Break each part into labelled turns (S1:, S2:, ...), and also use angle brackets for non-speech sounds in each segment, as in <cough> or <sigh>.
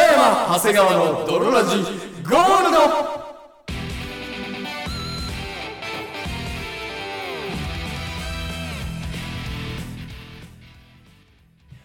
S1: 長谷川の泥ラジゴールド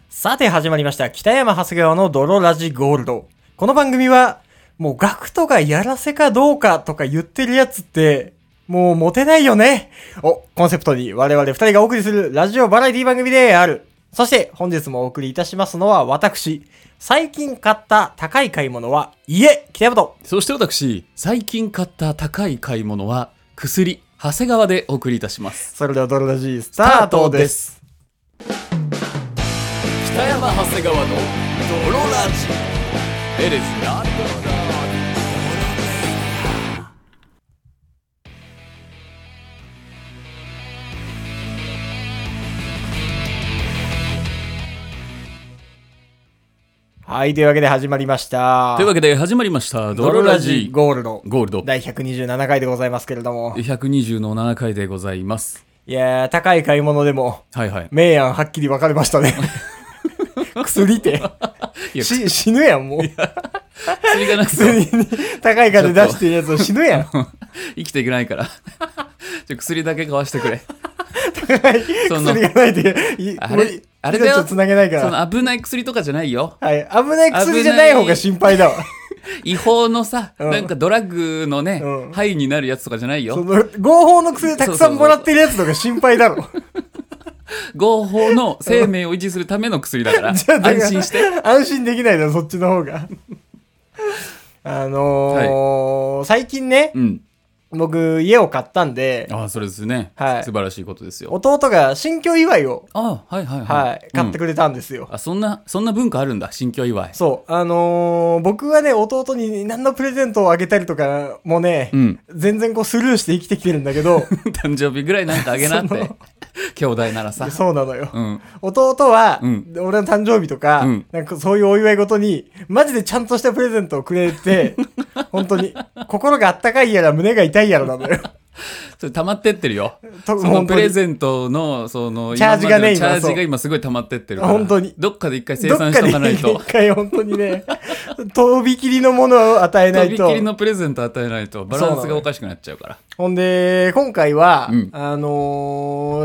S2: さて始まりました。北山長谷川の泥ラジゴールド。この番組は、もうガクトがやらせかどうかとか言ってるやつって、もうモテないよね。をコンセプトに我々二人がお送りするラジオバラエティ番組である。そして本日もお送りいたしますのは私。最近買った高い買い物は家北山と。
S1: そして私最近買った高い買い物は薬長谷川でお送りいたします
S2: それでは泥ラジス
S1: タ
S2: タ
S1: ー
S2: ー
S1: ト
S2: ト
S1: で
S2: です。
S1: 北山長谷川の泥ラジエレスな
S2: はい、というわけで始まりました。
S1: というわけで始まりました
S2: 泥
S1: 泥
S2: ラ
S1: ラ
S2: ジ
S1: ジ
S2: ゴールド。
S1: ゴールド
S2: 第127回でございますけれども。
S1: 120の7回でございます
S2: いやー、高い買い物でも、
S1: はいはい
S2: 明暗はっきり分かれましたね。薬って
S1: いや
S2: し死ぬやん、もう。
S1: <laughs> 薬がなくて
S2: 薬に高い金出してるやつは死ぬやん。
S1: 生きていけないから <laughs> ちょ薬だけ買わしてくれ
S2: 高い
S1: <laughs> その
S2: 薬がないで、い
S1: あ
S2: もう
S1: れ
S2: い
S1: あれだよ
S2: 命をつなげないか
S1: そ
S2: ら。
S1: の危ない薬とかじゃない
S2: <laughs>
S1: よ
S2: はい、危ない薬じゃない方が心配だわ。
S1: 違法のさ、
S2: うん
S1: なんかドラッグのね、
S2: うん
S1: 範囲になるやつとかじゃない
S2: そ
S1: よ
S2: の合法の薬たくさんもらってるやつの方が心配だろ。
S1: 合法の生命を維持するための薬だから
S2: <laughs> じゃあだか
S1: <laughs>
S2: ら
S1: 安心して
S2: 安心できないだろ、そっちの方が。あのー最近ね、
S1: うん
S2: 僕家を買ったんで、
S1: ああそれですね、
S2: はい
S1: 素晴らしいことですよ
S2: 弟が新居祝いを、
S1: ああはいはいはい、
S2: はい、買って
S1: く
S2: くれたんですよ。
S1: あそんなそんな文化あるんだ新居祝い <laughs>
S2: そう、あのー僕はね、弟に何のプレゼントをあげたりとかもね、
S1: うん
S2: 全然こうスルーして生きてきてるんだけ
S1: <laughs>
S2: ど、
S1: 誕生日ぐらいなんかあげなっ
S2: <laughs> そ
S1: て <laughs> 兄弟ならさ
S2: そうなのよ。
S1: うん
S2: 弟は、
S1: うん
S2: 俺の誕生日とか、
S1: うん
S2: なんかそういうお祝いごとに、マジでちゃんとしたプレゼントをく
S1: <laughs>
S2: れて、本当に、心があったかいやら胸が痛いやらなのよ。
S1: それ溜まってってるよ <laughs>
S2: と
S1: そのプレゼントのその
S2: チャージがね
S1: 今までのチャージが
S2: 今そう
S1: 今すごい溜まってってるから
S2: 本当に
S1: どっかで一回生
S2: どっか
S1: 産しと
S2: で
S1: かないと
S2: 一回本当にね、 <laughs> 飛び切りのものを与えな
S1: と
S2: い
S1: び
S2: と。
S1: っきりのプレゼント与えないとバランスがおかしくなっちゃうから
S2: ほんで、今回は、
S1: うん
S2: あの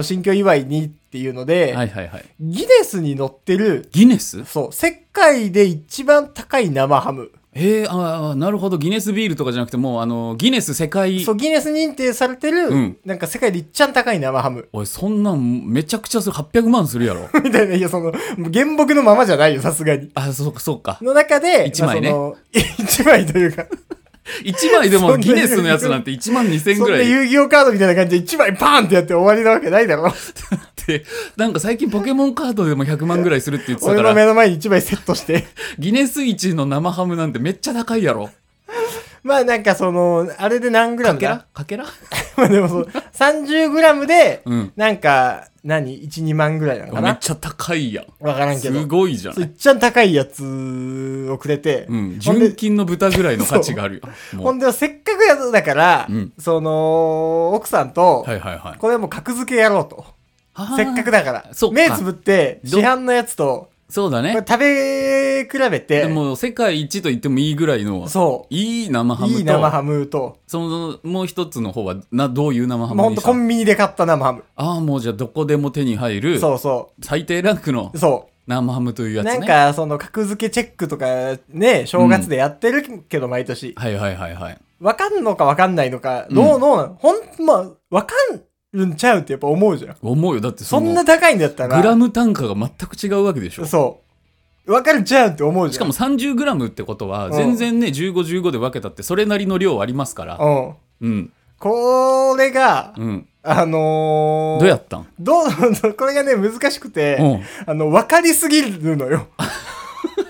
S2: ー新居祝いにっていうので、
S1: はいはいはい
S2: ギネスに載ってる、
S1: ギネス
S2: そう、世界で一番高い生ハム。
S1: えー、あーなるほどギネスビールとかじゃなくてもうあのギネス世界
S2: そう、ギネス認定されてる、
S1: うん
S2: なんか世界で一番高い生ハム。 <laughs>
S1: おいそんなんめちゃくちゃそれ800万するやろ
S2: みたいな、いや、その、原木のままじゃないよ、さすがに。
S1: あそうかそうか
S2: の中で、
S1: 一枚ね
S2: まあその <laughs> 一枚というか、
S1: 1枚で
S2: <laughs> そ
S1: も
S2: んな
S1: ギネスのやつなんて1万2000
S2: そ
S1: ぐ
S2: ん
S1: ら
S2: ない
S1: っ
S2: 遊戯王カードみたいな感じで一枚パーンってやって終わりなわけないだろ。
S1: てなんか最近ポケモンカードでも100万ぐらいするって言ってた
S2: 俺
S1: か
S2: の
S1: ら
S2: 目の前に一枚セット
S1: <laughs>
S2: して。
S1: ギネス1の生ハムなんてめっちゃ高いやろ
S2: まあなんかその、あれで何グラ
S1: か
S2: ム
S1: けら
S2: だ
S1: かけら
S2: まあでもそう、30グラムで、
S1: うん
S2: なんか、何 ?1、2万ぐらいなのか
S1: めっ
S2: な
S1: ちゃ高いやん
S2: わからんけ
S1: す
S2: ど。
S1: ごいじゃ
S2: そう
S1: ない、
S2: 一番高いやつをくれて、
S1: うん、
S2: ほんで
S1: 純金の豚ぐらいの価値があるよ
S2: ほ
S1: も
S2: ん
S1: う
S2: でせっかくやつだから、
S1: うん
S2: その奥さんと、
S1: はいはいはい
S2: これはもう格付けやろうとせっかくだから
S1: そっか
S2: 目つぶって市
S1: ど
S2: 販のやつと
S1: そうだね
S2: これ食べ比べ
S1: で
S2: て
S1: も世界一と言ってもいいぐらいの
S2: そ
S1: いい生
S2: う
S1: ハムと
S2: いい生ハムと
S1: そのもう一つの方はなどういう生ハ
S2: も
S1: ム
S2: うほん
S1: に
S2: と
S1: し
S2: コ
S1: たの
S2: ンビニで買った生ハム、
S1: ああもうじゃあどこでも手に入る
S2: そうそ
S1: 最低ランクの
S2: うそ
S1: 生ハムという
S2: う、
S1: やつ
S2: な
S1: ね
S2: んかその格付けチェックとかね正月でやってるけど毎年、
S1: はいはいはいはい
S2: わかんのかわかんないのか
S1: うん
S2: どうどうなのほんまあわかるんちゃうってやっぱ思うじゃん
S1: 思うよだって
S2: そ
S1: その
S2: んな高いんだったら
S1: グラム単価が全く違うわけでしょ
S2: そう。わかるじゃんって思うじゃん。
S1: しかも、30グラムってことは
S2: うん
S1: 全然ね1515で分けたってそれなりの量ありますから
S2: うん。
S1: うん
S2: これが、
S1: うん
S2: あのー、
S1: どうやったん
S2: どう <laughs> これがね、難しくて、
S1: うん
S2: あの、わかりすぎるのよ。 <laughs>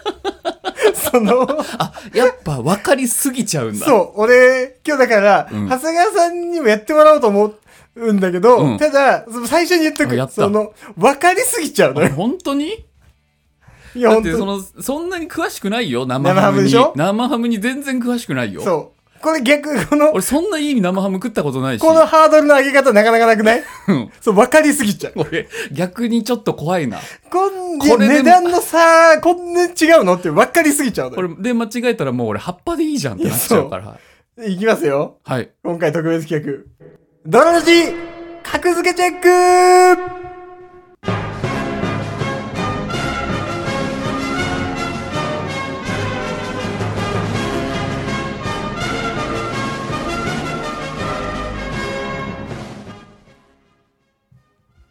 S2: その、
S1: あやっぱ分かりすぎちゃうんだ
S2: そう、俺、今日だから、
S1: うん
S2: 長谷川さんにもやってもらおうと思うんだけど、
S1: うん
S2: ただ、その最初に言っと
S1: あやっ
S2: く、
S1: た
S2: その、わかりすぎちゃうの
S1: あ
S2: よ。
S1: 本当に
S2: いや、
S1: だっ
S2: 本
S1: てそ
S2: 当に。
S1: のそんなに詳しくないよ生ハ
S2: 生ハ
S1: ム
S2: ムで
S1: に
S2: しょ
S1: 生ハムに全然詳しくないよ
S2: そう。これ逆、この、
S1: 俺そんないい生ハム食ったことないし
S2: このハードルの上げ方なかなかなくない
S1: うん
S2: そう、分かりすぎちゃう。
S1: <laughs> 俺逆にちょっと怖いな
S2: こん
S1: これでも
S2: 値段の差、こんなに違うのって分かりすぎちゃう
S1: こ
S2: のよ
S1: れで間違えたらもう俺葉っぱでいいじゃんってなっちゃうから
S2: いきますよ。
S1: はい
S2: 今回特別企画。ドロラジ格付けチェック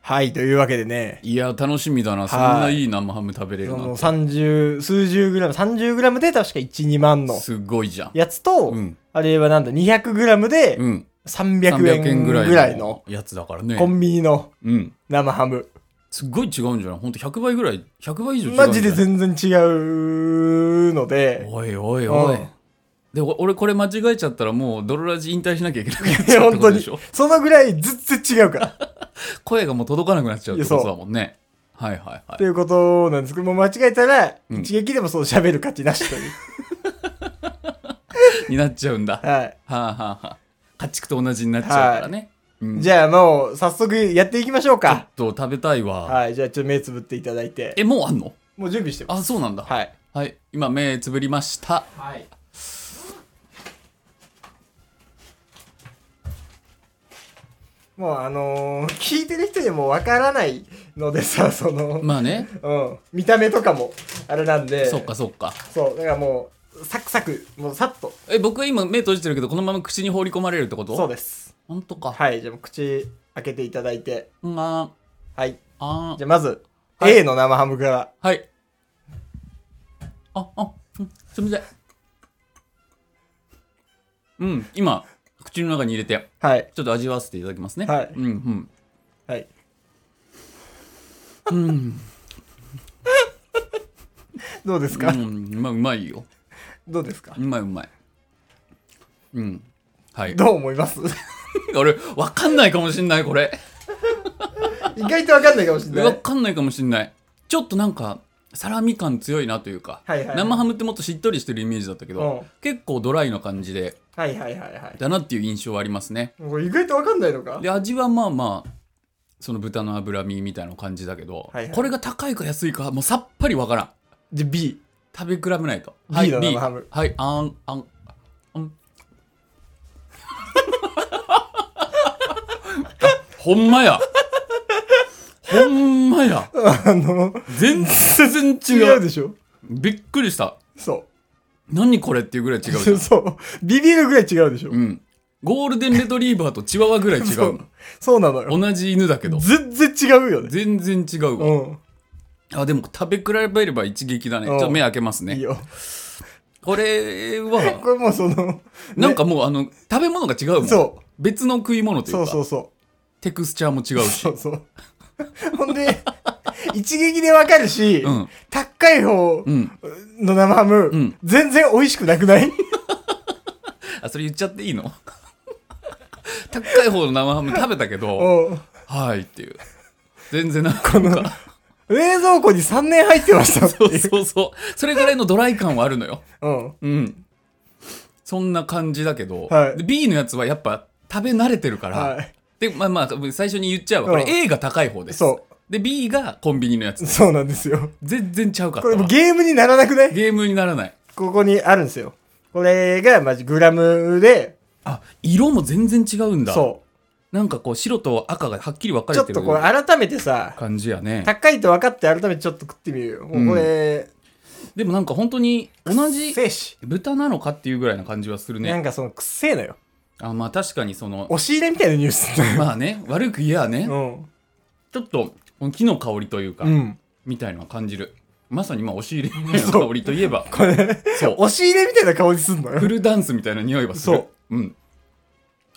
S2: はい、というわけでね、
S1: いや楽しみだなそんないい生ハム食べれ
S2: そ
S1: るな
S2: の30、数十グラム、30グラムで確か1、2万の
S1: すごいじゃん
S2: やつと、
S1: うん
S2: あれはなんだ、200グラムで
S1: うん
S2: 300
S1: 300
S2: 円
S1: 円ぐ
S2: ぐらいの
S1: らいのやつだから
S2: コ
S1: ね
S2: ンビニの
S1: うん
S2: 生ハム。
S1: すっごい違うんじゃないほんと100倍ぐらい100倍以上違うんじゃない
S2: マジで全然違うので、
S1: おいおいおい
S2: うん
S1: でお俺これ間違えちゃったらもうドロラジ引退しなきゃいけなくなっ
S2: い
S1: ち
S2: や
S1: ゃうってこ
S2: 本当
S1: とで
S2: に
S1: しょ、
S2: そのぐらい全然
S1: <laughs>
S2: 違うから。
S1: 声がもう届かなくなっちゃうってことだもんねはいはいは
S2: と
S1: い
S2: いうことなんですけど、もう間違えたら、
S1: うん
S2: 一撃でもそう喋る価値なし
S1: <laughs>
S2: という。
S1: になっちゃうんだ
S2: <laughs>
S1: は
S2: はい。
S1: あ、はあはあ、家畜と同じになっちゃうからね、うん
S2: じゃあもう、早速やっていきまし
S1: ちょ
S2: ょう
S1: っ
S2: か。
S1: と食べたいわ、
S2: はい。じゃあちょっと目つぶっていただいて。
S1: えもうあんの
S2: もう準備してます。
S1: あそうなんだはい、
S2: はい。
S1: 今目つぶりました
S2: はい。もうあのー聞いてる人にもわからないのでさ、 <laughs> その、
S1: まあね
S2: うん、見た目とかもあれなんで、
S1: そっかそっか
S2: そう、だからもう、サクサク、もうさっと、
S1: え僕は今目閉じてるけどこのまま口に放り込まれるってこと
S2: そうです。
S1: 本当か、
S2: はい、じゃあもう口開けていただいて、
S1: うんあ
S2: はい、
S1: ーあ
S2: じゃあまず、
S1: はい
S2: A の生ハムから、
S1: ーはいああうんすみませんうん今口の中に入れて
S2: はい、
S1: ちょっと味わわせていただきますね
S2: はい
S1: うんうん
S2: はい。 <laughs> どうですか、
S1: うん、まあうまいよ
S2: どうですか
S1: うまいうまいうんはい
S2: どう思います
S1: 俺わかんないかもしんないこれ
S2: 意外とわかんないかもしれな
S1: わ
S2: い。
S1: かんないかもしんないちょっとなんかサラミ感強いなというか、
S2: はいはいはい
S1: 生ハムってもっとしっとりしてるイメージだったけど、
S2: うん
S1: 結構ドライな感じで
S2: はいはいはいはい。
S1: だなっていう印象はありますね
S2: もう意外とわかんないのか
S1: で味はまあまあその豚の脂身みたいな感じだけど、
S2: はいはい
S1: これが高いか安いかもうさっぱりわからん
S2: じゃあ B。
S1: 食べ比べないと
S2: B の生ハム
S1: はいあんあんあんあほんまやほんまや
S2: あの、
S1: 全然違う
S2: 違うでしょ
S1: びっくりした
S2: そ。
S1: 何これっていうぐらいう違うじゃん
S2: <laughs> そう。ビビるぐらい違うでしょ、
S1: うんゴールデンレトリーバーとチワワぐらい違
S2: そううそうなのよ。
S1: の同じ犬だけど
S2: 全然違うよね。
S1: 全然違うわ、
S2: うん。
S1: あでも食べ比べれば一撃だねち
S2: う
S1: ょ
S2: ん
S1: っと目開けます
S2: いい
S1: ね
S2: よ。
S1: これは
S2: これもうその、
S1: なんかもうあの食べ物が違うもん
S2: そ
S1: 別の食い物
S2: う。
S1: とい
S2: そうう
S1: か
S2: そうそ
S1: テクスチャーも違う
S2: う。
S1: し
S2: そうそう。 <laughs> ほんで、一撃でわかるし、
S1: うん
S2: 高い方
S1: うん
S2: の生ハム、
S1: ん
S2: 全然美味しくなく
S1: <laughs>
S2: ない
S1: <laughs> あそれ言っちゃっていいの <laughs> 高い方の生ハム食べたけど
S2: <laughs> うん
S1: はいっていう全然なんか
S2: 冷蔵庫に3年入ってましたって
S1: そ
S2: いう
S1: うそうそうそれぐらいのドライ感はあるのよ
S2: <laughs> うん。
S1: うん。そんな感じだけど、
S2: はい
S1: で B のやつはやっぱ食べ慣れてるから、
S2: はい。
S1: で、まあまあ、最初に言っちゃうわ。こ
S2: うん
S1: れ A が高い方です。
S2: そ
S1: で、B がコンビニのや
S2: う。
S1: つ。
S2: そうなんですよ。
S1: 全然ちゃうかっ
S2: こ
S1: た
S2: れも
S1: わ
S2: うゲームにならなくない
S1: ゲームにならない。
S2: ここにあるんですよ。これが、まじグラムで、
S1: あ、色も全然違うんだ。
S2: そ
S1: なんかこう、白と赤がはっきり分
S2: う。
S1: か
S2: ちょ
S1: れ
S2: ってと
S1: る
S2: これ改めてさ、
S1: 感じやね。
S2: 高いと分かって改めてちょっと食ってみるよ。もうこれ、
S1: でもなんか本当に同じ
S2: せえし。
S1: 豚なのかっていうぐらいな感じはする
S2: な
S1: ね。
S2: んかそのくっせえのよ。
S1: あ、まあ確かにその、
S2: 押し入れみたいなニュース。
S1: まあね、悪く言えばね、
S2: うん。
S1: ちょっとこの木の香りというか、
S2: うん。
S1: みたいなのは感じる。まさにまあ押し入れの香りといえば、
S2: これ、
S1: そう
S2: 押し入れみたいな顔にすんの
S1: フ
S2: よ。
S1: ルダンスみたいな匂いはする。。
S2: そう
S1: ん。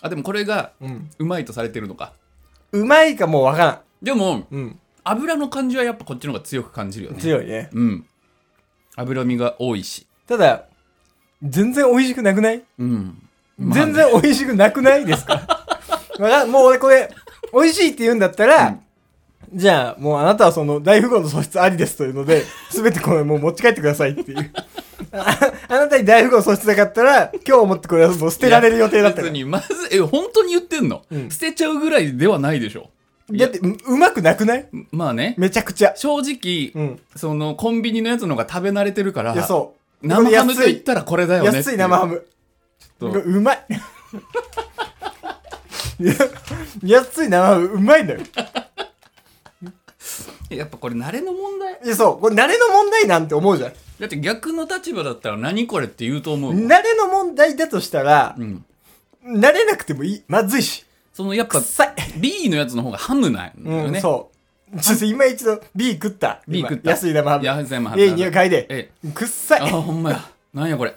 S1: あ、でもこれが
S2: うん。
S1: うまいとされてるのか。
S2: うまいかもう分か
S1: でも、
S2: らん。うん。
S1: 油の感じはやっぱこっちの方が強く感じるよね。
S2: 強いね。
S1: うん。脂身が多いし。
S2: ただ、全然美味しくなくない
S1: うん。まあね
S2: 全然美味しくなくないですか <laughs> わかんもう俺これ、美味しいって言うんだったら、じゃあもうあなたはその大富豪の素質ありですというので、すべてこれもう持ち帰ってくださいっていう。あ <laughs> あなたに大富豪損してなかったら、今日思ってこれはもう捨てられる予定だったか
S1: 別
S2: ら。
S1: にまずえ本当に言ってんの、
S2: うん
S1: 捨てちゃうぐらいではないでしょ
S2: だって、ううまくなくない
S1: まあね
S2: めちゃくちゃ。
S1: 正直、
S2: うん。
S1: そのコンビニのやつの方が食べ慣れてるから
S2: いや、そう。
S1: 生ハムと
S2: 安
S1: 言っ
S2: い。
S1: たらこれだよねって
S2: 安い生ハム。
S1: ちょっと
S2: うまい。 <laughs> いや安い生ハム、うまいんだよ。
S1: やっぱこれ慣れの問題
S2: いや、そう。これ、慣れの問題なんて思うじゃん。
S1: だって逆の立場だったら何これって言うと思うもん
S2: 慣れの問題だとしたら
S1: う、ん、
S2: 慣れなくてもいい。まずいし。
S1: そのやっぱ
S2: 臭い。
S1: B のやつの方がハムなんだよ
S2: う
S1: ね、
S2: ん、そう。ちょっと今一度 B 食った。
S1: B
S2: 今
S1: 食った
S2: 安い生ハム。
S1: 安い生ハム
S2: A には嗅いで。
S1: え
S2: くっさ
S1: あ
S2: い。
S1: ほんまやなんやこれ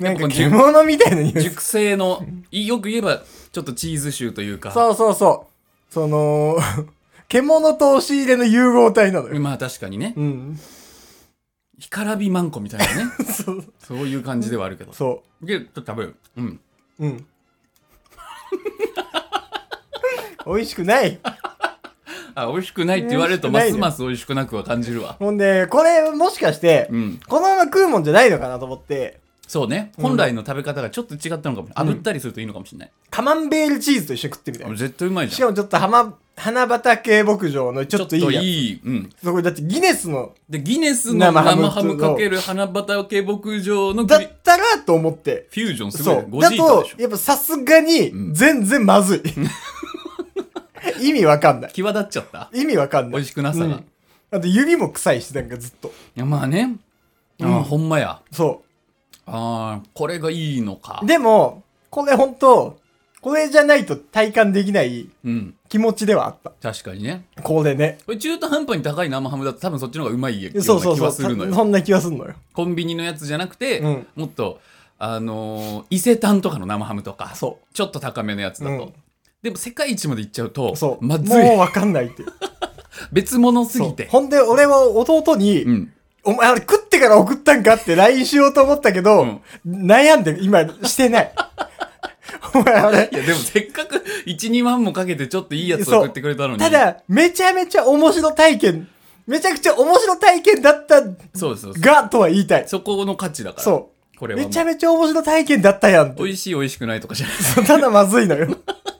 S2: なん
S1: や
S2: か
S1: っぱじゅ
S2: 獣みたいな匂い。
S1: 熟成のいよく言えばちょっとチーズ臭というか
S2: そうそうそう。その、 <laughs> 獣と押し入れの融合体なのよ。
S1: まあ確かにね
S2: うん。
S1: 干からびまんこみたいなね
S2: <laughs> そう。
S1: そういう感じではあるけど
S2: <laughs> そ
S1: でちょっと食べるうん
S2: う。うん。 <laughs> 美味しくない。
S1: あ美味しくないって言われると
S2: 美
S1: ま
S2: 味し
S1: す
S2: くないね
S1: ます美味しくなくは感じるわ
S2: ほんで、これもしかして、
S1: うん
S2: このまま食うもんじゃないのかなと思って、
S1: そうね
S2: ん
S1: 本来の食べ方がちょっと違ったのかも
S2: うん
S1: 炙ったりするといいのかもしれない
S2: カマンベールチーズと一緒に食ってみたい
S1: あ絶対うまい
S2: し
S1: じゃん
S2: かもちょっと浜、花畑牧場のちょっといいやつ。
S1: いいうん
S2: そこだってギネスの
S1: でギネスの
S2: 生
S1: 生
S2: ハム
S1: ハムかける花畑牧場のグ
S2: だ
S1: リ
S2: ったらと思って。
S1: フュージョンすごい
S2: そ
S1: ね
S2: う。
S1: ゴジ
S2: だ
S1: ータ
S2: と
S1: でし、ょ
S2: やっぱさすがに
S1: う、ん
S2: 全然まず
S1: <laughs>
S2: い。意味わかんない。
S1: 際立っちゃった
S2: 意味わかんな
S1: 美
S2: い
S1: 味。しくなさが、
S2: うんあと指も臭いし、なんかずっと。
S1: いやまあねあ
S2: うん
S1: ーほんまや
S2: そ
S1: あーこれがいいのか
S2: う。でも、これ本当これじゃないと体感できない
S1: うん
S2: 気持ちではあった。
S1: 確かにね
S2: これね。
S1: これ中途半端に高い生ハムだと多分そっちの方がうまいような
S2: そうそう
S1: 気
S2: そ
S1: は
S2: う。
S1: するの
S2: た
S1: よ
S2: そんな気はすんのよ。
S1: コンビニのやつじゃなくて、
S2: うん
S1: もっとあのー伊勢丹とかの生ハムとか
S2: そ
S1: ちょっと高めのやつだと、
S2: うん
S1: でも世界一まで行っちゃうと
S2: そう。
S1: まずい
S2: もうわかんないっていう。
S1: 別物 <laughs> すぎ
S2: そう
S1: て
S2: ほんで、俺は弟に、
S1: うん
S2: お前、あれ食ってから送ったんかって LINE しようと思ったけど、
S1: うん
S2: 悩んでる。今、してない。 <laughs> お前、あれ
S1: い。やでもせっかく12万もかけてちょっといいやつを送ってくれたのに
S2: ただ、めちゃめちゃ面白体験、めちゃくちゃ面白体験だった
S1: そうそうそう
S2: が、とは言いたい。
S1: そこの価値だから
S2: そ
S1: こ
S2: う。
S1: れは
S2: め
S1: もう
S2: ちゃめちゃ面白体験だったやんって。 <laughs>
S1: 美味しい美味しくないとかじゃない
S2: ただまずいのよ。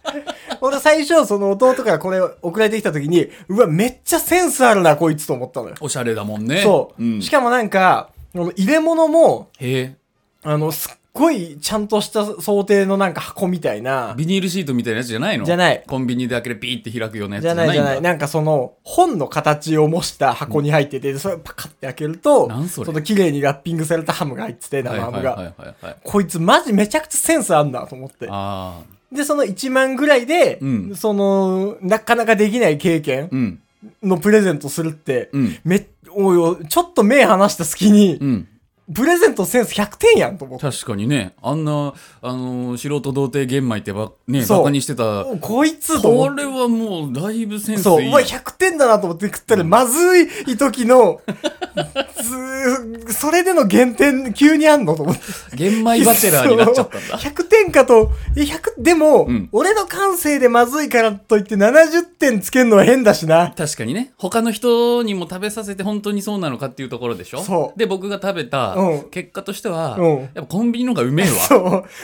S2: <laughs> 俺最初、その弟からこれを送られてきた時に、うわ、めっちゃセンスあるな、こいつと思ったのよ。
S1: おしゃれだもんね
S2: そう。
S1: ん、
S2: しかもなんか、この入れ物も、
S1: へえ
S2: あの、すっごいちゃんとした想定のなんか箱みたいな、
S1: ビニールシートみたいなやつじゃないの
S2: じゃない
S1: コンビニで開けるピーって開くようなやつ
S2: じ
S1: じ
S2: ゃ
S1: ゃな
S2: ないい
S1: んだ
S2: じゃない。なんかその、本の形を模した箱に入ってて、それをパカって開けると、
S1: なんそれ
S2: の綺麗にラッピングされたハムが入って
S1: は
S2: て、
S1: い
S2: 生ハ
S1: はいは
S2: ム
S1: い
S2: が。
S1: はいはい
S2: こいつマジめちゃくちゃセンスあんなと思って。
S1: ああ
S2: で、その1万ぐらいで、
S1: うん
S2: その、なかなかできない経験
S1: うん
S2: のプレゼントするって、
S1: うん
S2: めおいおい、ちょっと目離した隙に
S1: う、ん
S2: プレゼントセンス100点やんと思って。
S1: 確かにねあんな、あのー素人童貞玄米ってばね
S2: そう
S1: バカにしてた
S2: おこいつと思って
S1: これはもうだいぶセンスいい
S2: そう、うわ、
S1: よ
S2: 100点だなと思って食ったら、まずい時の、 <laughs> ずそれでの減点、急にあんのと思って。
S1: 玄米バチェラーになっちゃったんだ
S2: そう100点かと、え、100、でも、
S1: うん
S2: 俺の感性でまずいからといって70点つけるのは変だしな。
S1: 確かにね他の人にも食べさせて本当にそうなのかっていうところでしょ
S2: そう
S1: で僕が食べた
S2: うん
S1: 結果としては、
S2: うん
S1: やっぱコンビニの方がうめえわ
S2: そ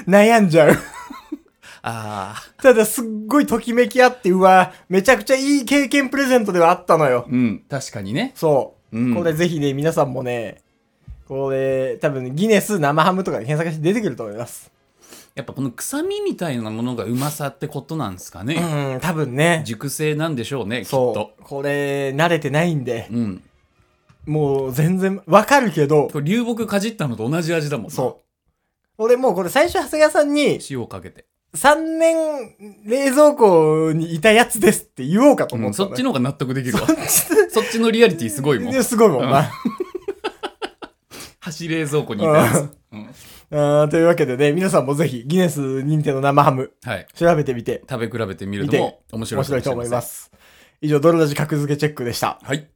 S2: う、悩んじゃう。 <laughs>
S1: ああ
S2: ただ、すっごいときめきあって、うわ、めちゃくちゃいい経験プレゼントではあったのよ。
S1: うん確かにね
S2: そう。
S1: うん
S2: これぜひね、皆さんもね、これ、多分、ギネス生ハムとかで検索して出てくると思います。
S1: やっぱこの臭みみたいなものがうまさってことなんですかね、
S2: うん、多分ね。
S1: 熟成なんでしょうねきっと
S2: そう。これ、慣れてないんで、
S1: うん
S2: もう全然、わかるけど
S1: こ、れ流木かじったのと同じ味だもんな
S2: そう。俺もうこれ最初、長谷川さんに、
S1: 塩かけて、
S2: 3年冷蔵庫にいたやつですって言おうかと
S1: うん
S2: 思った
S1: そ
S2: の
S1: っ
S2: よ、
S1: ちの方が納得できるわ
S2: そっち
S1: そっちのリアリティす
S2: <laughs>
S1: ごいもん
S2: で、すごいもんな。
S1: 端冷蔵庫にいたやつ、うん
S2: あーというわけでね、皆さんもぜひ、ギネス認定の生ハム、
S1: はい
S2: 調べてみて、
S1: 食べ比べてみる
S2: 見
S1: の
S2: て
S1: も面白
S2: 面
S1: いかも
S2: 白
S1: しれ
S2: いと
S1: ま
S2: 思
S1: せ
S2: い
S1: ん
S2: ます。以上、ドロラジ格付けチェックでした。
S1: はい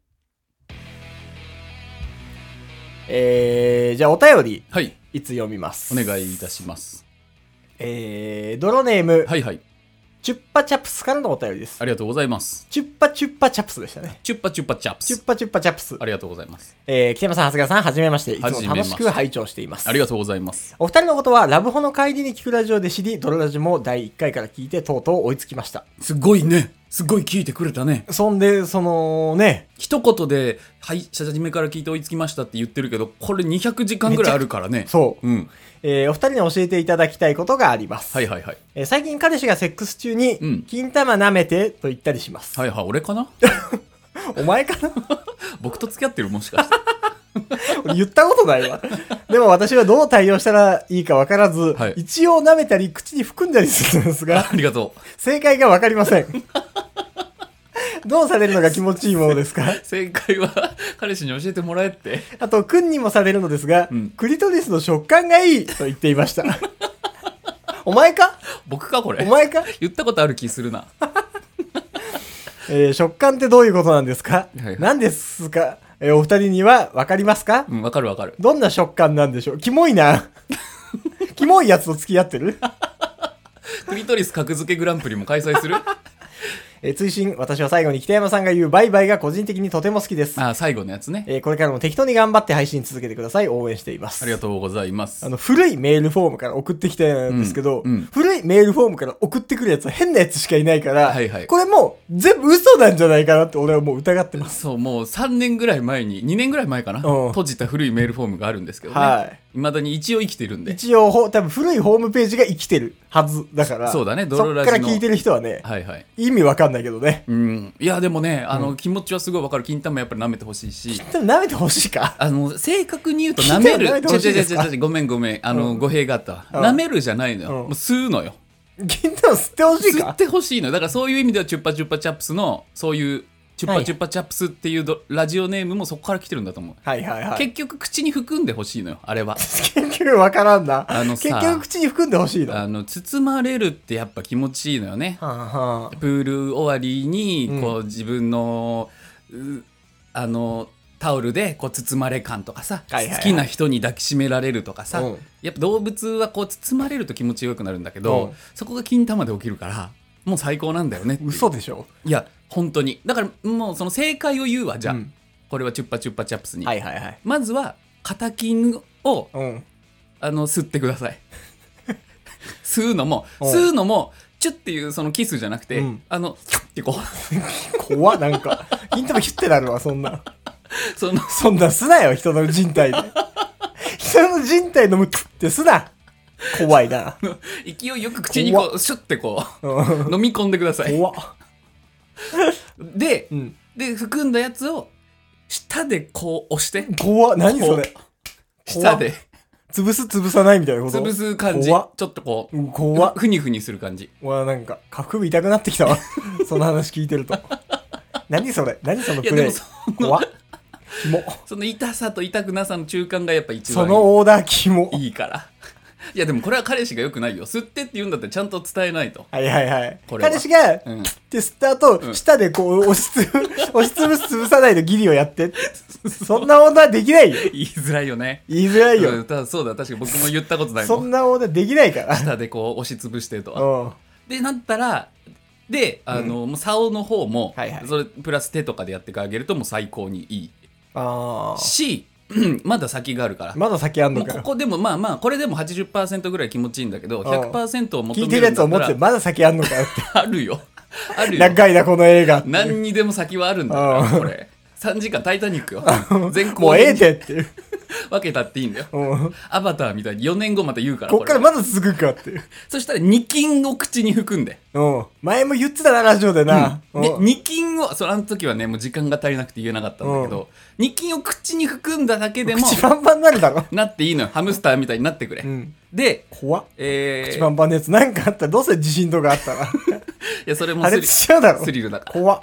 S2: えー、じゃあお便り、
S1: はい
S2: いつ読みます
S1: お願いいたします
S2: えー、ドロネーム、
S1: はいはい
S2: チチュッパチャプスからのお便りです
S1: あ。りがとうございます。
S2: チュッパチュッパチャプスでしたね。
S1: チュッパチュッパチャプ
S2: チュッ
S1: ス。
S2: パチュッパチャプス。
S1: ありがとうございます。
S2: えー、北山さん、長谷川さん、はじめまして。いつ
S1: はじめ
S2: も
S1: ま
S2: 楽
S1: して
S2: しく拝聴しています。
S1: ありがとうございます。
S2: お二人のことは、ラブホの帰りに聞くラジオで知り、ドロラジも第1回から聞いて、とうとう追いつきました。
S1: すごいね。すごい聞いてくれたね。
S2: そんで、そのね、
S1: 一言で、はい、社じめから聞いて追いつきましたって言ってるけど、これ200時間ぐらいあるからね。
S2: そう、
S1: うん。
S2: えーお二人に教えていただきたいことがあります。
S1: はいはいはい。
S2: えー最近彼氏がセックス中に、
S1: うん
S2: 金玉舐めてと言ったりします。
S1: はいはい、俺かな
S2: お前かな
S1: 僕と付き合ってるもしか
S2: <laughs>
S1: して。
S2: 俺言ったことないわ。でも私はどう対応したらいいかわからず、
S1: はい
S2: 一応舐めたり口に含んだりするんで
S1: <laughs>
S2: すが、
S1: ありがとう。
S2: 正解がわかりません。どうされるのが気持ちいいものですか
S1: 正解は、彼氏に教えてもらえって。
S2: あと、君にもされるのですが、
S1: うん
S2: クリトリスの食感がいいと言っていました。お前か
S1: 僕かこれ。
S2: お前か、
S1: <laughs> 言ったことある気するな。
S2: えー食感ってどういうことなんですか、
S1: いはい
S2: 何ですか、えーお二人にはわかりますか、
S1: うん、わかるわかる。
S2: どんな食感なんでしょうキモ
S1: <laughs>
S2: いな。キモいやつと付き合ってる、
S1: クリトリス格付けグランプリも開
S2: <laughs>
S1: 催する
S2: えー追伸、私は最後に北山さんが言うバイバイが個人的にとても好きです。
S1: あ、最後のやつね。
S2: えーこれからも適当に頑張って配信続けてください。応援しています。
S1: ありがとうございます
S2: あ。の、古いメールフォームから送ってきたやつなんですけど、
S1: うんうん
S2: 古いメールフォームから送ってくるやつは変なやつしかいないから、
S1: はいはい
S2: これもう全部嘘なんじゃないかなって俺はもう疑ってます。
S1: そう、もう3年ぐらい前に、2年ぐらい前かな、
S2: うん
S1: 閉じた古いメールフォームがあるんですけどね。。
S2: はい
S1: まだに一応生きてるんで。
S2: 一応、ほ多分古いホームページが生きてるはずだから、
S1: そうだねド
S2: そ
S1: ロ
S2: っ
S1: ラ
S2: か
S1: ジの
S2: ら聞いてる人はね、
S1: はいはい。
S2: 意味わかんないけ
S1: <laughs>
S2: どね。
S1: うん。いや、でもね、あの、気持ちはすごいわかる。金玉やっぱり舐めてほしいし。
S2: でも舐めてほしいか。 <laughs>
S1: あの、正確に言うと舐める。
S2: 金玉舐めてほしいですか
S1: 違う違う違う違うごめんごめん。あの、
S2: うん
S1: 語弊があったわ。
S2: うん
S1: 舐めるじゃないのよ。
S2: うん
S1: もう吸うのよ。
S2: 銀玉吸ってほしい
S1: 吸っ
S2: か。
S1: てほしいのよ。だからそういう意味では、チュッパチュッパチャップスの、そういう、チュッパチュッパチャップスっていうドラジオネームもそこから来てるんだと思う。
S2: はいはいはい。
S1: 結局口に含んでほしいのよあれは
S2: 結局わからんな。
S1: あの
S2: 結
S1: さ
S2: 局口に含んでほしいの。は
S1: あの包まれるってやっぱ気持ちいいのよね
S2: あはあ
S1: プール終わり
S2: う
S1: に
S2: ん
S1: こう自分の、うあのタオルでこう包まれ感とかさ、
S2: はいはいはい
S1: 好きな人に抱きしめられるとかさ、
S2: うん
S1: やっぱ動物はこう包まれると気持ちよくなるんだけど、
S2: うん
S1: そこが金玉で起きるからもう最高なんだよねっていう
S2: 嘘でしょ。
S1: いや本当にだからもうその正解を言うわじゃあ、
S2: うん
S1: これはチュッパチュッパチャップスに、
S2: はいはいはい。
S1: まずは肩筋を
S2: うん。
S1: あの、吸ってください。 <laughs> 吸うのも、
S2: うん
S1: 吸うのも、チュッっていうそのキスじゃなくて、
S2: うん
S1: あの、キュッってこう、 <laughs>
S2: 怖っなんか。銀玉ヒュってなるわ、そんな。
S1: その、
S2: そんなすなよ、人の人体で。人の人体のむつってすな。怖いな。
S1: 勢いよく口にこう、シュッってこ
S2: うん
S1: う、飲み込んでください。
S2: 怖っ。
S1: で
S2: う、ん。
S1: で、含んだやつを、舌でこう押して、
S2: 怖っ。何それ
S1: こ。う舌で
S2: 潰す潰さないみたいなこと。
S1: 潰す感じ。ち
S2: 怖っ
S1: ょっとこ
S2: うん
S1: う、
S2: 怖っ。
S1: ふにふにする感じ。
S2: うわ、なんか、下腹部痛くなってき
S1: <laughs>
S2: たわ。その話聞いてると。何それ何その
S1: いや、
S2: プ
S1: でも
S2: レイ
S1: そ、
S2: 怖っ。キモ。
S1: その痛さと痛くなさの中間がやっぱ一
S2: そ
S1: 番
S2: のオーダーキモ。
S1: いいから。いや、でもこれは彼氏が良くないよ。吸ってって言うんだってちゃんと伝えないと。
S2: はいはいはい。
S1: これは
S2: 彼氏が、
S1: うん
S2: って吸った後、
S1: ん
S2: 舌でこう押しつぶ、押しつぶす、潰さないでギリをやってって。そんなオーダーできないよ。
S1: 言いづらいよね。
S2: 言いづらいよ。
S1: うんただそうだ確かに僕も言ったことない
S2: そ
S1: もん
S2: んなオーダーできないから。
S1: 舌でこう押しつぶしてとは
S2: うん。は
S1: でなったらであの、もう竿の方も、
S2: はいはい
S1: それプラス手とかでやってあげるともう最高にいい
S2: ああ。
S1: し <clears throat> まだ先があるから、
S2: まだ先あん
S1: も
S2: の
S1: う
S2: か
S1: こ
S2: よ。
S1: こでもまあまあこれでも80%ぐらい気持ちいいんだけど
S2: ん
S1: 100%を求
S2: 聞
S1: め
S2: いてる
S1: る
S2: や
S1: ん
S2: つ
S1: だ
S2: を
S1: った
S2: 持っ
S1: ら
S2: て、まだ先あんのかよっ
S1: <laughs> あるよあ
S2: て。
S1: るよ
S2: 長いな、この映画。
S1: 何にでも先はあるんだから
S2: うん
S1: これ3時間「タイタニックよ」全
S2: も
S1: 校
S2: うええ
S1: に
S2: てっていう。
S1: 分けたっていいんだよ
S2: うん。
S1: アバターみたいに4年後また言うから
S2: こっか
S1: れ
S2: らまだ続くかっていう。
S1: そしたら2金を口に含んで
S2: うん。前も言ってたな、ラジオでな。
S1: う
S2: うんん。
S1: で二金をそのあの時はねもう時間が足りなくて言えなかったんだけど、二金を口に含んだだけでも
S2: 口パンパンになるだろ。
S1: なっていいのよハムスターみたいになってくれ、
S2: うん。
S1: で
S2: 怖っ。
S1: え
S2: 口パ
S1: ー、い
S2: ンパンのやつなんかあったら、どうせ地震とかあったら。
S1: やそれも
S2: 破
S1: スリ
S2: 裂しちゃうだろ
S1: ス。リルだか
S2: 怖っ。